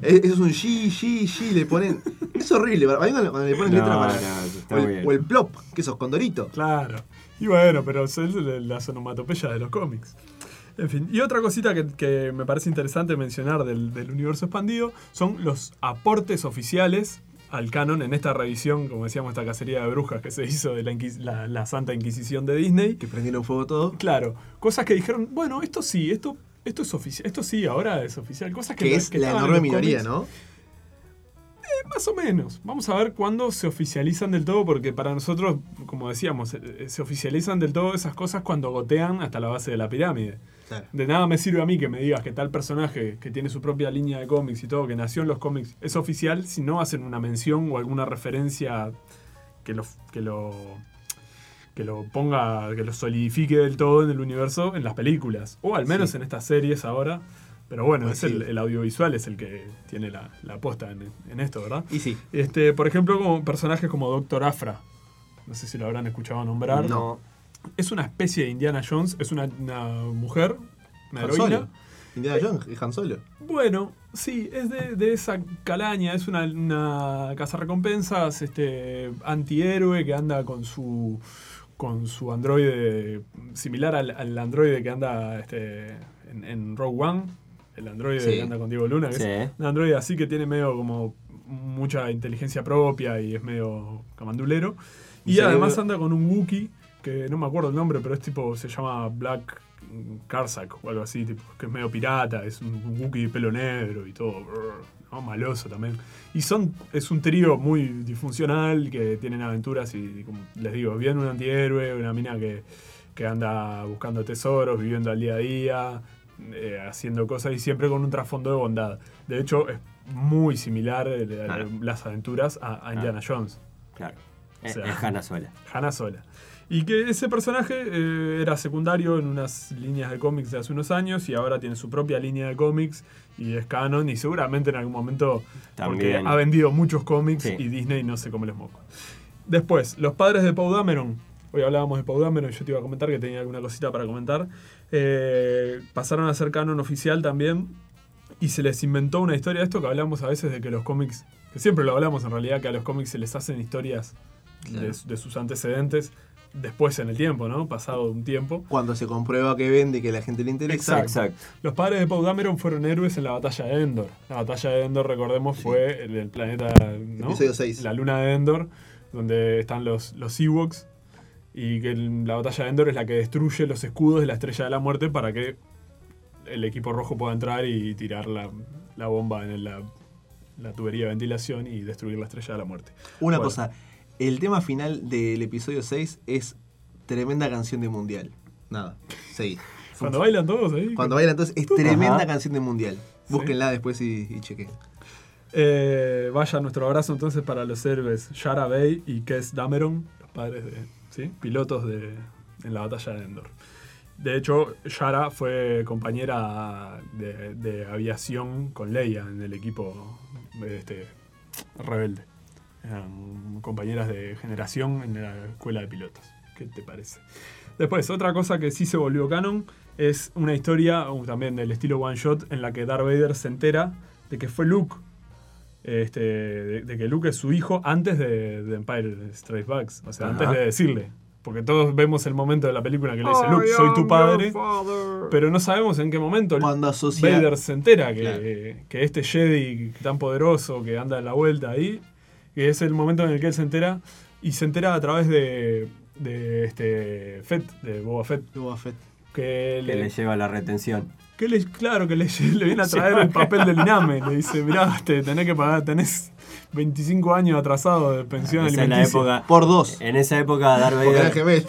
Es, es un shi, shi, shi, le ponen. Es horrible, para mí cuando, cuando le ponen
No,
letra para.
no, está
o,
muy
el,
bien.
o el plop, que esos condoritos.
Claro. Y bueno, pero son las onomatopeyas de los cómics. En fin, y otra cosita que, que me parece interesante mencionar del, del universo expandido son los aportes oficiales al canon en esta revisión, como decíamos, esta cacería de brujas que se hizo de la, inquis- la- la Santa Inquisición de Disney.
Que prendieron fuego todo.
Claro, cosas que dijeron, bueno, esto sí, esto, esto es oficial, esto sí, ahora es oficial. Cosas que,
Que es
que
la
estaban en
enorme
los
minoría,
cómics.
¿no?
Más o menos. Vamos a ver cuándo se oficializan del todo, porque para nosotros, como decíamos, eh, eh, se oficializan del todo esas cosas cuando gotean hasta la base de la pirámide.
Claro.
De nada me sirve a mí que me digas que tal personaje que tiene su propia línea de cómics y todo, que nació en los cómics, es oficial si no hacen una mención o alguna referencia que lo, que lo, que lo ponga, que lo solidifique del todo en el universo en las películas, o al menos en estas series ahora. Pero bueno, es el,
Coincido.
el audiovisual es el que tiene la, la aposta en, en esto, ¿verdad?
Y sí.
Este, por ejemplo, como personajes como Doctor Afra. No sé si lo habrán escuchado nombrar.
No.
Es una especie de Indiana Jones, es una, una mujer, una
Han
heroína.
Solo. Indiana Jones, es Han Solo.
Bueno, sí, es de, de esa calaña, es una, una cazarrecompensas, este, antihéroe que anda con su con su androide similar al, al androide que anda este, en, en Rogue One, el androide
Sí.
que anda con Diego Luna, que
Sí.
es un androide así que tiene medio como mucha inteligencia propia y es medio camandulero. Y
Cerebro.
además anda con un Wookiee, que no me acuerdo el nombre, pero es tipo, se llama Black Karsak o algo así, tipo, que es medio pirata, es un Wookiee de pelo negro y todo, brr, ¿no? maloso también. Y son, es un trío muy difuncional, que tienen aventuras y, como les digo, bien un antihéroe, una mina que, que anda buscando tesoros, viviendo al día a día, eh, haciendo cosas y siempre con un trasfondo de bondad. De hecho, es muy similar eh, la-
Claro.
las aventuras a, a Indiana Jones.
Claro. Es,
sea.
es Hannah sola.
Hannah Sola. Y que ese personaje eh, era secundario en unas líneas de cómics de hace unos años y ahora tiene su propia línea de cómics y es canon y seguramente en algún momento
También.
porque ha vendido muchos cómics
Sí.
y Disney no se come los mocos. Después, los padres de Paul Dameron. Hoy hablábamos de Paul Dameron y yo te iba a comentar que tenía alguna cosita para comentar. Eh, pasaron a ser canon oficial también y se les inventó una historia de esto que hablamos a veces de que los cómics, que siempre lo hablamos en realidad, que a los cómics se les hacen historias
Claro.
de, de sus antecedentes después en el tiempo, ¿no? Pasado un tiempo.
Cuando se comprueba que vende y que a la gente le interesa.
Exacto. Los padres de Paul Dameron fueron héroes en la batalla de Endor. La batalla de Endor, recordemos, fue el del planeta. ¿no?
Episodio seis.
La luna de Endor, donde están los, los Ewoks. Y que el- la batalla de Endor es la que destruye los escudos de la estrella de la muerte para que el equipo rojo pueda entrar y tirar la, la bomba en la, la tubería de ventilación y destruir la estrella de la muerte.
Una
Bueno.
cosa, el tema final del episodio 6 es tremenda canción de mundial. Nada, seguí.
Cuando bailan todos ahí.
Cuando vayan entonces, es tremenda
Ajá.
canción de mundial. Búsquenla después y, y chequen.
Eh, vaya nuestro abrazo entonces para los héroes Yara Bay y Kes Dameron, los padres de. ¿sí? pilotos de, en la batalla de Endor. De hecho, Yara fue compañera de, de aviación con Leia en el equipo este, rebelde. Eran compañeras de generación en la escuela de pilotos. ¿Qué te parece? Después, otra cosa que sí se volvió canon es una historia uh, también del estilo one shot en la que Darth Vader se entera de que fue Luke. Este, de, de que Luke es su hijo antes de, de Empire Strikes Back. O sea, antes
Ajá.
de decirle. Porque todos vemos el momento de la película que le dice Luke, soy tu padre. Pero no sabemos en qué momento
Cuando asocia.
Vader se entera que,
Claro.
que este Jedi tan poderoso que anda en la vuelta ahí, que es el momento en el que él se entera, y se entera a través de, de este Fett, de Boba Fett,
Boba Fett.
que
Que le
le,
lleva la retención.
que le- claro que le, le viene a traer el papel del INAME, le dice, mirá, te tenés que pagar, tenés 25 años atrasado de pensión
Ah, Esa es la
alimenticia.
época.
Por dos.
En esa época Darth
Porque era
Vader
gemel.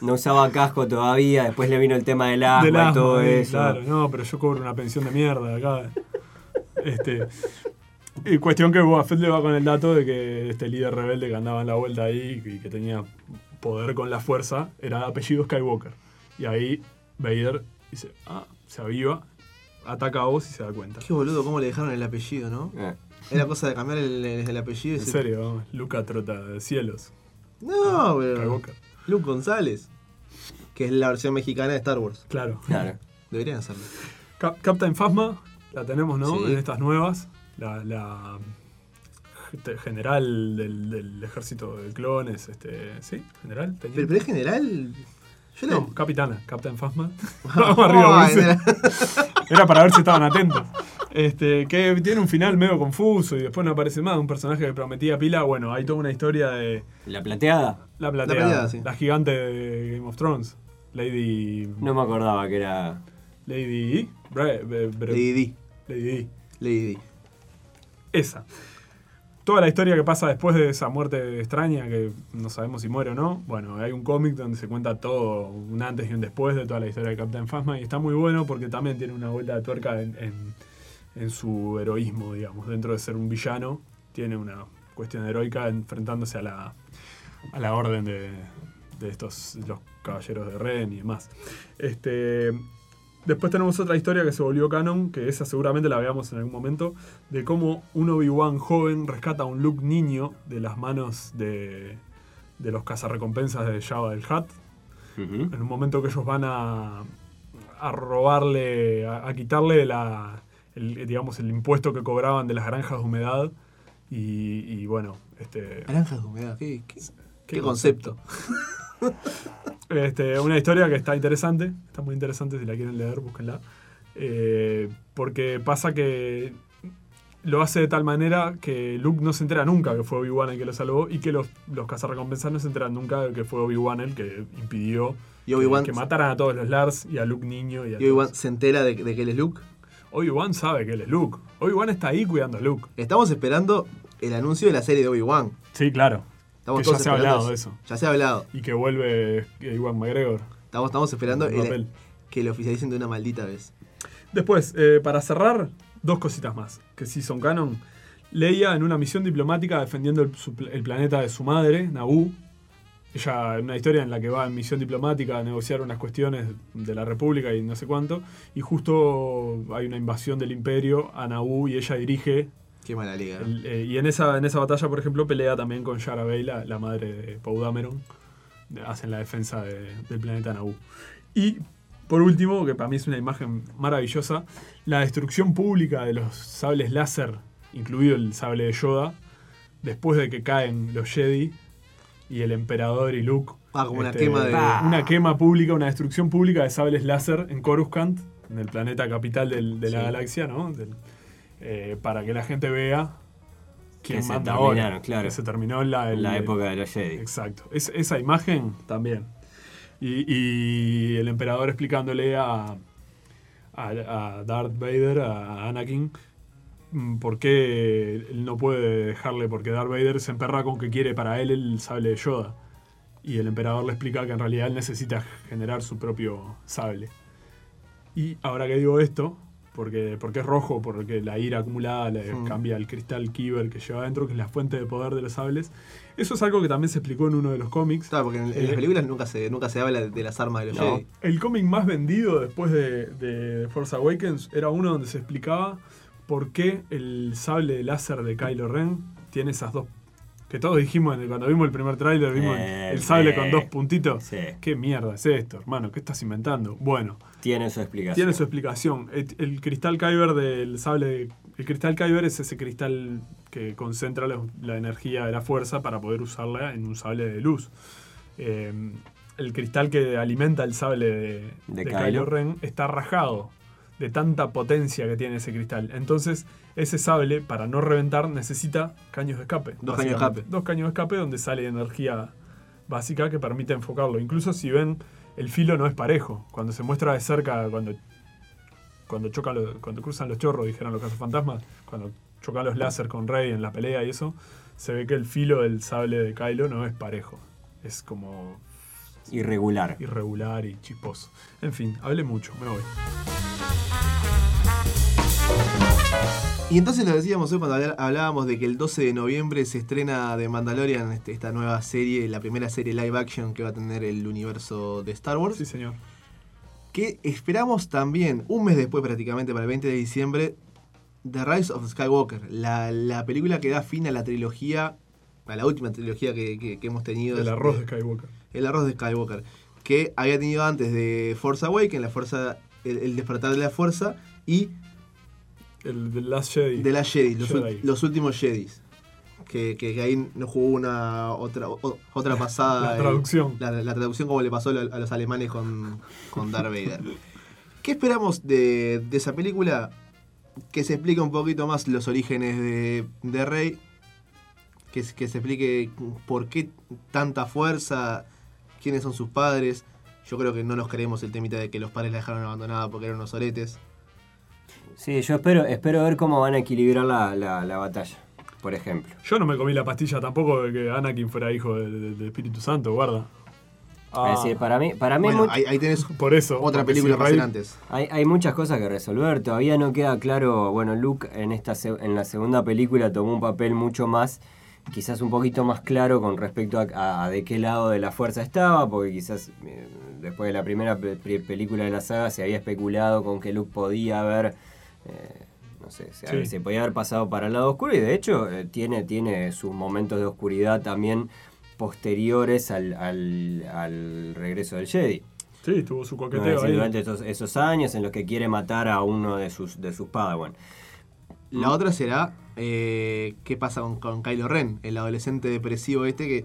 no usaba casco todavía, después le vino el tema del asma,
Del
y
asma,
todo
sí,
eso.
Claro, no, pero yo cobro una pensión de mierda acá. Este, y cuestión que Boba Fett le va con el dato de que este líder rebelde que andaba en la vuelta ahí y que tenía poder con la fuerza era de apellido Skywalker. Y ahí Vader dice, ah, se aviva ataca a vos y se da cuenta.
Qué boludo, cómo le dejaron el apellido, ¿no?
Eh.
Era cosa de cambiar el, el- el apellido. y
En
se-
serio, Ah, vamos, Luca Trota de Cielos.
No, pero.
Cagoca.
Luke González. Que es la versión mexicana de Star Wars.
Claro.
Claro.
Deberían hacerlo.
Cap- Captain Phasma, la tenemos, ¿no?
Sí.
En estas nuevas. La, la ge- general del, del ejército de clones, este. ¿Sí? ¿General? ¿Teniente?
Pero, pero es general. Yo la-
No, capitana, Captain Phasma. Vamos arriba,
Ah,
Bruce.
general.
Era para ver si estaban atentos. Este, que tiene un final medio confuso y después no aparece más. Un personaje que prometía pila. Bueno, hay toda una historia de
La plateada.
la plateada, la,
plateada, sí.
gigante de Game of Thrones. Lady.
No me acordaba que era.
Lady. Bre- Bre- Bre-
Lady Di.
Lady Di.
Lady Di.
Esa. Toda la historia que pasa después de esa muerte extraña, que no sabemos si muere o no. Bueno, hay un cómic donde se cuenta todo, un antes y un después de toda la historia de Captain Phasma. Y está muy bueno porque también tiene una vuelta de tuerca en, en- en su heroísmo, digamos. Dentro de ser un villano, tiene una cuestión heroica enfrentándose a la, a la orden de, de estos, los caballeros de Ren y demás. Este, después tenemos otra historia que se volvió canon, que esa seguramente la veamos en algún momento, de cómo un Obi-Wan joven rescata a un Luke niño de las manos de, de los cazarrecompensas de Java del Hutt.
Ujú.
En un momento que ellos van a, a robarle, a, a quitarle la, el, digamos, el impuesto que cobraban de las granjas de humedad. Y, y bueno, este,
Naranjas de humedad. Qué, qué-
Qué
qué concepto.
Este, una historia que está interesante, está muy interesante, si la quieren leer, búsquenla. Eh, porque pasa que lo hace de tal manera que Luke no se entera nunca que fue Obi-Wan el que lo salvó y que los, los cazarrecompensas no se enteran nunca de que fue Obi-Wan el que impidió
Y Obi-Wan.
que mataran a todos los Lars y a Luke niño. Y a
Y Obi-Wan
todos.
se entera de, de que él es Luke.
Obi-Wan sabe que él es Luke. Obi-Wan está ahí cuidando a Luke.
Estamos esperando el anuncio de la serie de Obi-Wan.
Sí, claro.
Estamos
Que
todos
ya se ha
esperando
hablado de eso.
Ya se ha hablado.
Y que vuelve eh, Iwan McGregor.
Estamos, estamos esperando
El
el-
papel.
que lo oficialicen de una maldita vez.
Después, eh, para cerrar, dos cositas más, que sí son canon. Leia en una misión diplomática defendiendo el, su pl- el planeta de su madre, Naboo. Ella, en una historia en la que va en misión diplomática a negociar unas cuestiones de la República y no sé cuánto. Y justo hay una invasión del Imperio a Naboo y ella dirige.
Qué mala liga.
el- eh, y en esa, en esa batalla, por ejemplo, pelea también con Yara Bay, la, la madre de Poe Dameron. Hacen la defensa de- del planeta Naboo. Y por último, que para mí es una imagen maravillosa, la destrucción pública de los sables láser, incluido el sable de Yoda, después de que caen los Jedi y el emperador y Luke. Este,
Ah, como una quema de-
pa.
Una quema pública, una destrucción pública de sables láser en Coruscant, en el planeta capital del- de la
Sí.
galaxia, ¿no? Del- eh, para que la gente vea quién
Que se
manda ahora.
terminaron, claro.
Que se terminó la, el-
La época de los Jedi.
Exacto. Es- esa imagen también. Y, y el emperador explicándole a, a, a Darth Vader, a Anakin, mm, por qué él no puede dejarle, porque Darth Vader se emperra con que quiere para él el sable de Yoda. Y el emperador le explica que en realidad él necesita generar su propio sable. Y ahora que digo esto, porque, porque es rojo, porque la ira acumulada le
Mm.
cambia el cristal Kyber que lleva adentro, que es la fuente de poder de los sables. Eso es algo que también se explicó en uno de los cómics.
Claro, porque en,
Eh.
en las películas nunca se, nunca se habla de, de las armas de los
No.
Jedi.
El cómic más vendido después de, de Force Awakens era uno donde se explicaba por qué el sable de láser de Kylo Ren tiene esas dos. Que todos dijimos en el- cuando vimos el primer tráiler, vimos
Eh,
el sable
sí.
con dos puntitos.
Sí.
¿Qué mierda es esto, hermano? ¿Qué estás inventando? Bueno,
Tiene su explicación.
Tiene su explicación. Et- El, cristal Kyber del sable. de- el cristal Kyber es ese cristal que concentra la, la energía de la fuerza para poder usarla en un sable de luz. Eh, el cristal que alimenta el sable de,
De
de
Kylo.
Kylo Ren está rajado de tanta potencia que tiene ese cristal. Entonces, ese sable, para no reventar, necesita caños de escape.
Dos caños de
básicamente.
escape.
Dos caños de escape donde sale energía básica que permite enfocarlo. Incluso si ven, el filo no es parejo. Cuando se muestra de cerca, cuando, cuando, choca lo- cuando cruzan los chorros, dijeron los fantasmas, cuando chocan los láser con Rey en la pelea y eso, se ve que el filo del sable de Kylo no es parejo. Es como
Irregular.
irregular y chisposo. En fin, hablé mucho, me voy.
Y entonces lo decíamos hoy cuando hablar- hablábamos de que el 12 de noviembre se estrena de Mandalorian este, esta nueva serie, la primera serie live action que va a tener el universo de Star Wars.
Sí, señor.
que esperamos también, un mes después prácticamente, para el 20 de diciembre, The Rise of Skywalker, la, la película que da fin a la trilogía, a la última trilogía que, que- que hemos tenido.
El
desde-
arroz de Skywalker.
el arroz de Skywalker, que había tenido antes de Force Awakens, la fuerza, el, el despertar de la fuerza, y
El de Last Jedi.
de la Jedi, los,
Jedi.
ul- los últimos Jedis. Que, que- que ahí no jugó una otra o- otra pasada.
La
eh,
traducción.
la, la traducción como le pasó a lo- a los alemanes con, con Darth Vader. ¿Qué esperamos de, de esa película? Que se explique un poquito más los orígenes de, de Rey. Que, se- que se explique por qué tanta fuerza, quiénes son sus padres. Yo creo que no nos creemos el temita de que los padres la dejaron abandonada porque eran unos oretes.
Sí, yo espero, espero ver cómo van a equilibrar la, la- la batalla, por ejemplo.
Yo no me comí la pastilla tampoco de que Anakin fuera hijo de- de- del Espíritu Santo, guarda. Ah,
Es decir, para mí, para mí
Bueno,
mucho-
ahí, ahí tenés
Por eso.
otra
porque
película
si
para
Rey-
hacer antes.
Hay, hay muchas cosas que resolver. Todavía no queda claro. Bueno, Luke en, esta, se- en la segunda película tomó un papel mucho más, quizás un poquito más claro con respecto a, a- a de qué lado de la fuerza estaba, porque quizás eh, después de la primera pe- pe- película de la saga se había especulado con que Luke podía haber. eh, no sé, se,
Sí.
se podía haber pasado para el lado oscuro y de hecho eh, tiene, tiene sus momentos de oscuridad también posteriores al, al- al regreso del Jedi.
Sí, tuvo su
No, es
coqueteo
decir,
ahí.
durante esos, esos años en los que quiere matar a uno de sus, de sus Padawan.
La otra será eh, qué pasa con, con Kylo Ren, el adolescente depresivo este que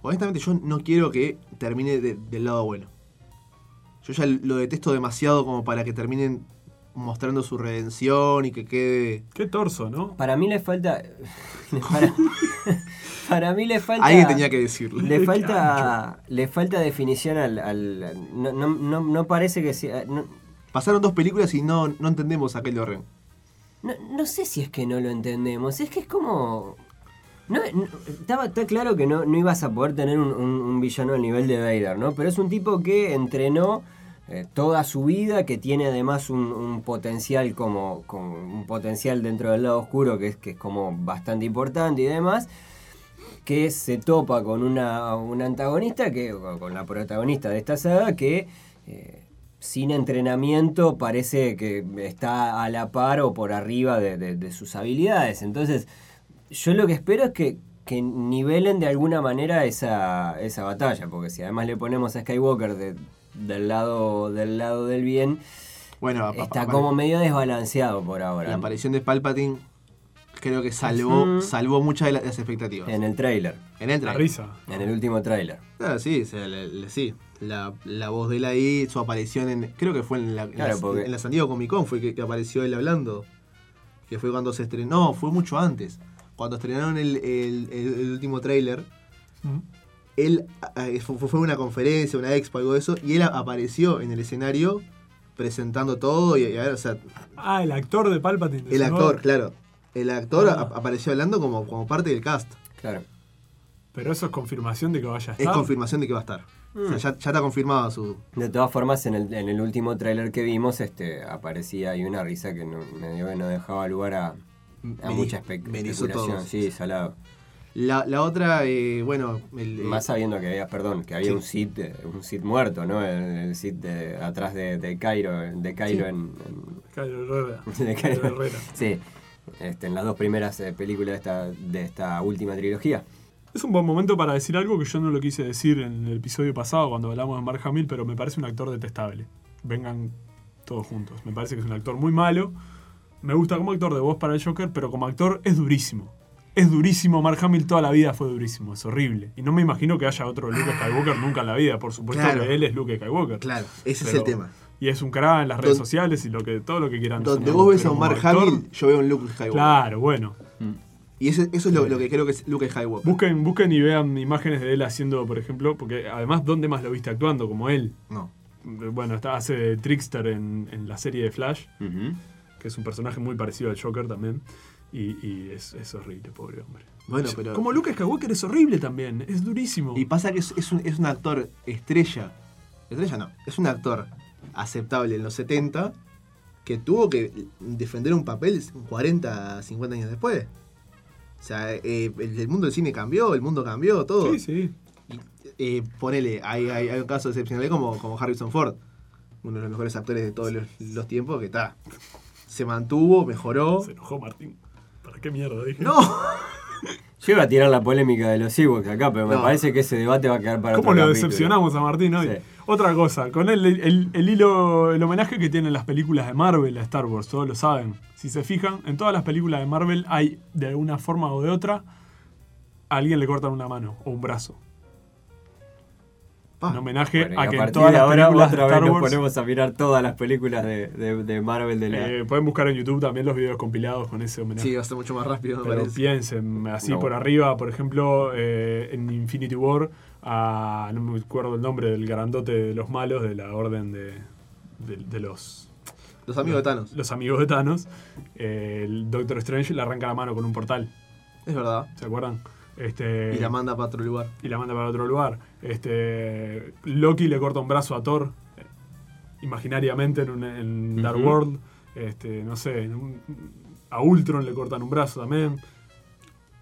honestamente yo no quiero que termine de- del lado bueno. Yo ya lo detesto demasiado como para que terminen mostrando su redención y que quede...
Qué torso, ¿no?
Para mí le falta. Para, para mí le falta.
Alguien tenía que decirlo.
Le falta, le falta definición al. al- no, no, no- no parece que sea. No,
Pasaron dos películas y no, no entendemos a Kylo Ren.
no- no sé si es que no lo entendemos. Es que es como. No, no- estaba, está claro que no, no ibas a poder tener un, un- un villano al nivel de Vader, ¿no? Pero es un tipo que entrenó eh, toda su vida, que tiene además un, un potencial como, como un potencial dentro del lado oscuro que es, que es como bastante importante y demás, que se topa con una, un antagonista, que, o con la protagonista de esta saga, que eh, sin entrenamiento parece que está a la par o por arriba de- de- de sus habilidades. Entonces, yo lo que espero es que, que nivelen de alguna manera esa, esa batalla, porque si además le ponemos a Skywalker de- del, lado, del lado del bien,
Bueno, apa-
está
apa-
como medio desbalanceado por
la
ahora
aparición de Palpatine creo que salvó,
Ujú.
salvó muchas de la- las expectativas.
en el tráiler,
En el
La
trailer.
risa.
en el último tráiler.
Ah, sí, o sea, le- le- sí. La, la voz de él ahí, su aparición en. Creo que fue en la, en
Claro,
la-
porque-
en la San Diego Comic Con fue que, que apareció él hablando. Que fue cuando se estrenó. No, fue mucho antes. Cuando estrenaron el, el- el- el último tráiler,
Mm.
él ah, eh, fue, fue una conferencia, una expo, algo de eso, y él a- apareció en el escenario presentando todo y, y a ver, o sea,
Ah, el actor de Palpatine. de
el
Snow.
actor, claro. El actor
Ah.
ap- apareció hablando como, como parte del cast.
Claro.
Pero eso es confirmación de que vaya a estar.
Es confirmación de que va a estar. O sea, ya, ya está confirmado su,
De todas formas, en el, en el último tráiler que vimos, este, aparecía y una risa que no, medio que no dejaba lugar a, a
Me
mucha
di-
espe-
me hizo
especulación.
todo.
Sí, salado.
La, la otra, eh, bueno, el, eh,
Más sabiendo que había, perdón, que había
Sí.
un Sith, eh, un Sith muerto, ¿no? El, el Sith de- atrás de, de Cairo, de Cairo en, en-
Kylo Herrera.
de
Kylo
Kylo.
Herrera.
sí, este, en las dos primeras eh, películas de esta, de esta última trilogía.
Es un buen momento para decir algo que yo no lo quise decir en el episodio pasado cuando hablamos de Mark Hamill, pero me parece un actor detestable. Vengan todos juntos. Me parece que es un actor muy malo. Me gusta como actor de voz para el Joker, pero como actor es durísimo. Es durísimo, Mark Hamill toda la vida fue durísimo, es horrible. Y no me imagino que haya otro Luke Skywalker nunca en la vida, por supuesto
Claro.
que él es Luke Skywalker.
Claro, ese es
Pero-
el tema.
Y es un crack en las redes
Don-
sociales y lo que, todo lo que quieran.
Donde
sonar,
vos ves a
pero
un
como
Mark
actor,
Hamill, yo veo un Luke Skywalker.
Claro, bueno.
Y ese- eso es lo, lo que creo que es Luke Skywalker.
Busquen, busquen y vean imágenes de él haciendo, por ejemplo, porque además, ¿dónde más lo viste actuando? Como él.
no.
Bueno, está, hace de Trickster en, en la serie de Flash, que es un personaje muy parecido al Joker también. Y, y es, es horrible, pobre hombre.
Bueno, pero.
Como Luke Skywalker es horrible también, es durísimo.
Y pasa que es, es un, es un actor estrella. Estrella no, es un actor aceptable en los 70 que tuvo que defender un papel 40, 50 años después. O sea, eh, el, el mundo del cine cambió, el mundo cambió, todo.
Sí, sí.
Eh, ponele, hay, hay, hay un caso excepcional como, como Harrison Ford. uno de los mejores actores de todos los, los tiempos, que está. Se mantuvo, mejoró.
Se enojó Martín. ¿Para qué mierda dije?
¡No!
Yo iba a tirar la polémica de los Ewoks acá, pero me
No.
parece que ese debate va a quedar para
¿Cómo
otro
lo
capítulo.
decepcionamos a Martín hoy?
Sí.
Otra cosa, con el, el- el hilo, el homenaje que tienen las películas de Marvel a Star Wars, todos lo saben. Si se fijan, en todas las películas de Marvel hay, de una forma o de otra, a alguien le cortan una mano o un brazo.
Pa, Ah.
En homenaje
Bueno, y
a que
a
en
partir
todas
de
las
ahora
películas de
otra vez
Star
nos
Wars.
ponemos a mirar todas las películas de, de- de Marvel de la...
eh, pueden buscar en YouTube también los videos compilados con ese homenaje.
Sí, va a ser mucho más rápido, me
Pero
parece.
piensen, así
No.
por arriba, por ejemplo, eh, en Infinity War, a, no me acuerdo el nombre del grandote de los malos, de la orden de, de- de los,
Los amigos de Thanos.
los amigos de Thanos, eh, el Doctor Strange le arranca la mano con un portal,
Es verdad.
¿se acuerdan? Este,
Y la manda para otro lugar.
y la manda para otro lugar. Este, Loki le corta un brazo a Thor, eh, imaginariamente en, un- en Dark
Ujú.
World. Este, no sé, en un- a Ultron le cortan un brazo también,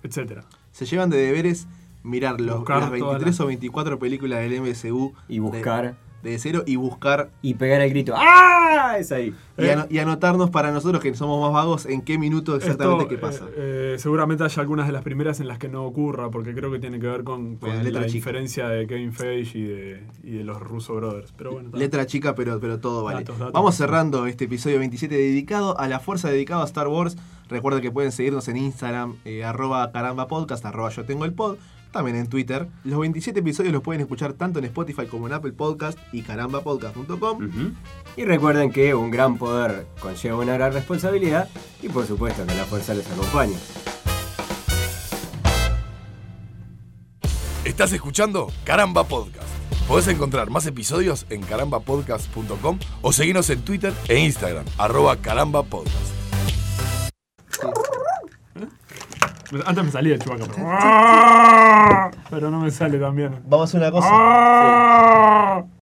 etcétera.
Se llevan de deberes mirar los,
Buscar
las
todas
23
las-
o 24 películas del MCU
Y buscar
de, de cero y buscar
y pegar el grito. ¡Ah! Es ahí.
y,
Eh.
ano- y anotarnos para nosotros que somos más vagos en qué minuto exactamente
Esto,
qué pasa.
eh, eh, seguramente haya algunas de las primeras en las que no ocurra, porque creo que tiene que ver con, con
la
la,
letra chica.
diferencia de Kevin Feige y de, y de los Russo Brothers. Pero bueno, está.
Letra chica, pero, pero todo vale.
Datos, datos.
Vamos cerrando este episodio 27 dedicado a la fuerza dedicado a Star Wars. Recuerden que pueden seguirnos en Instagram, eh, arroba caramba podcast, arroba yo tengo el pod, también en Twitter. Los 27 episodios los pueden escuchar tanto en Spotify como en Apple Podcast y carambapodcast.com.
Mm.
Y recuerden que un gran poder conlleva una gran responsabilidad y por supuesto que la fuerza les acompañe.
Estás escuchando Caramba Podcast. Podés encontrar más episodios en carambapodcast.com o seguirnos en Twitter e Instagram, arroba carambapodcast.
Antes me salía el chubaca, pero... pero no me sale también. ¡Ah!
Vamos a hacer una cosa.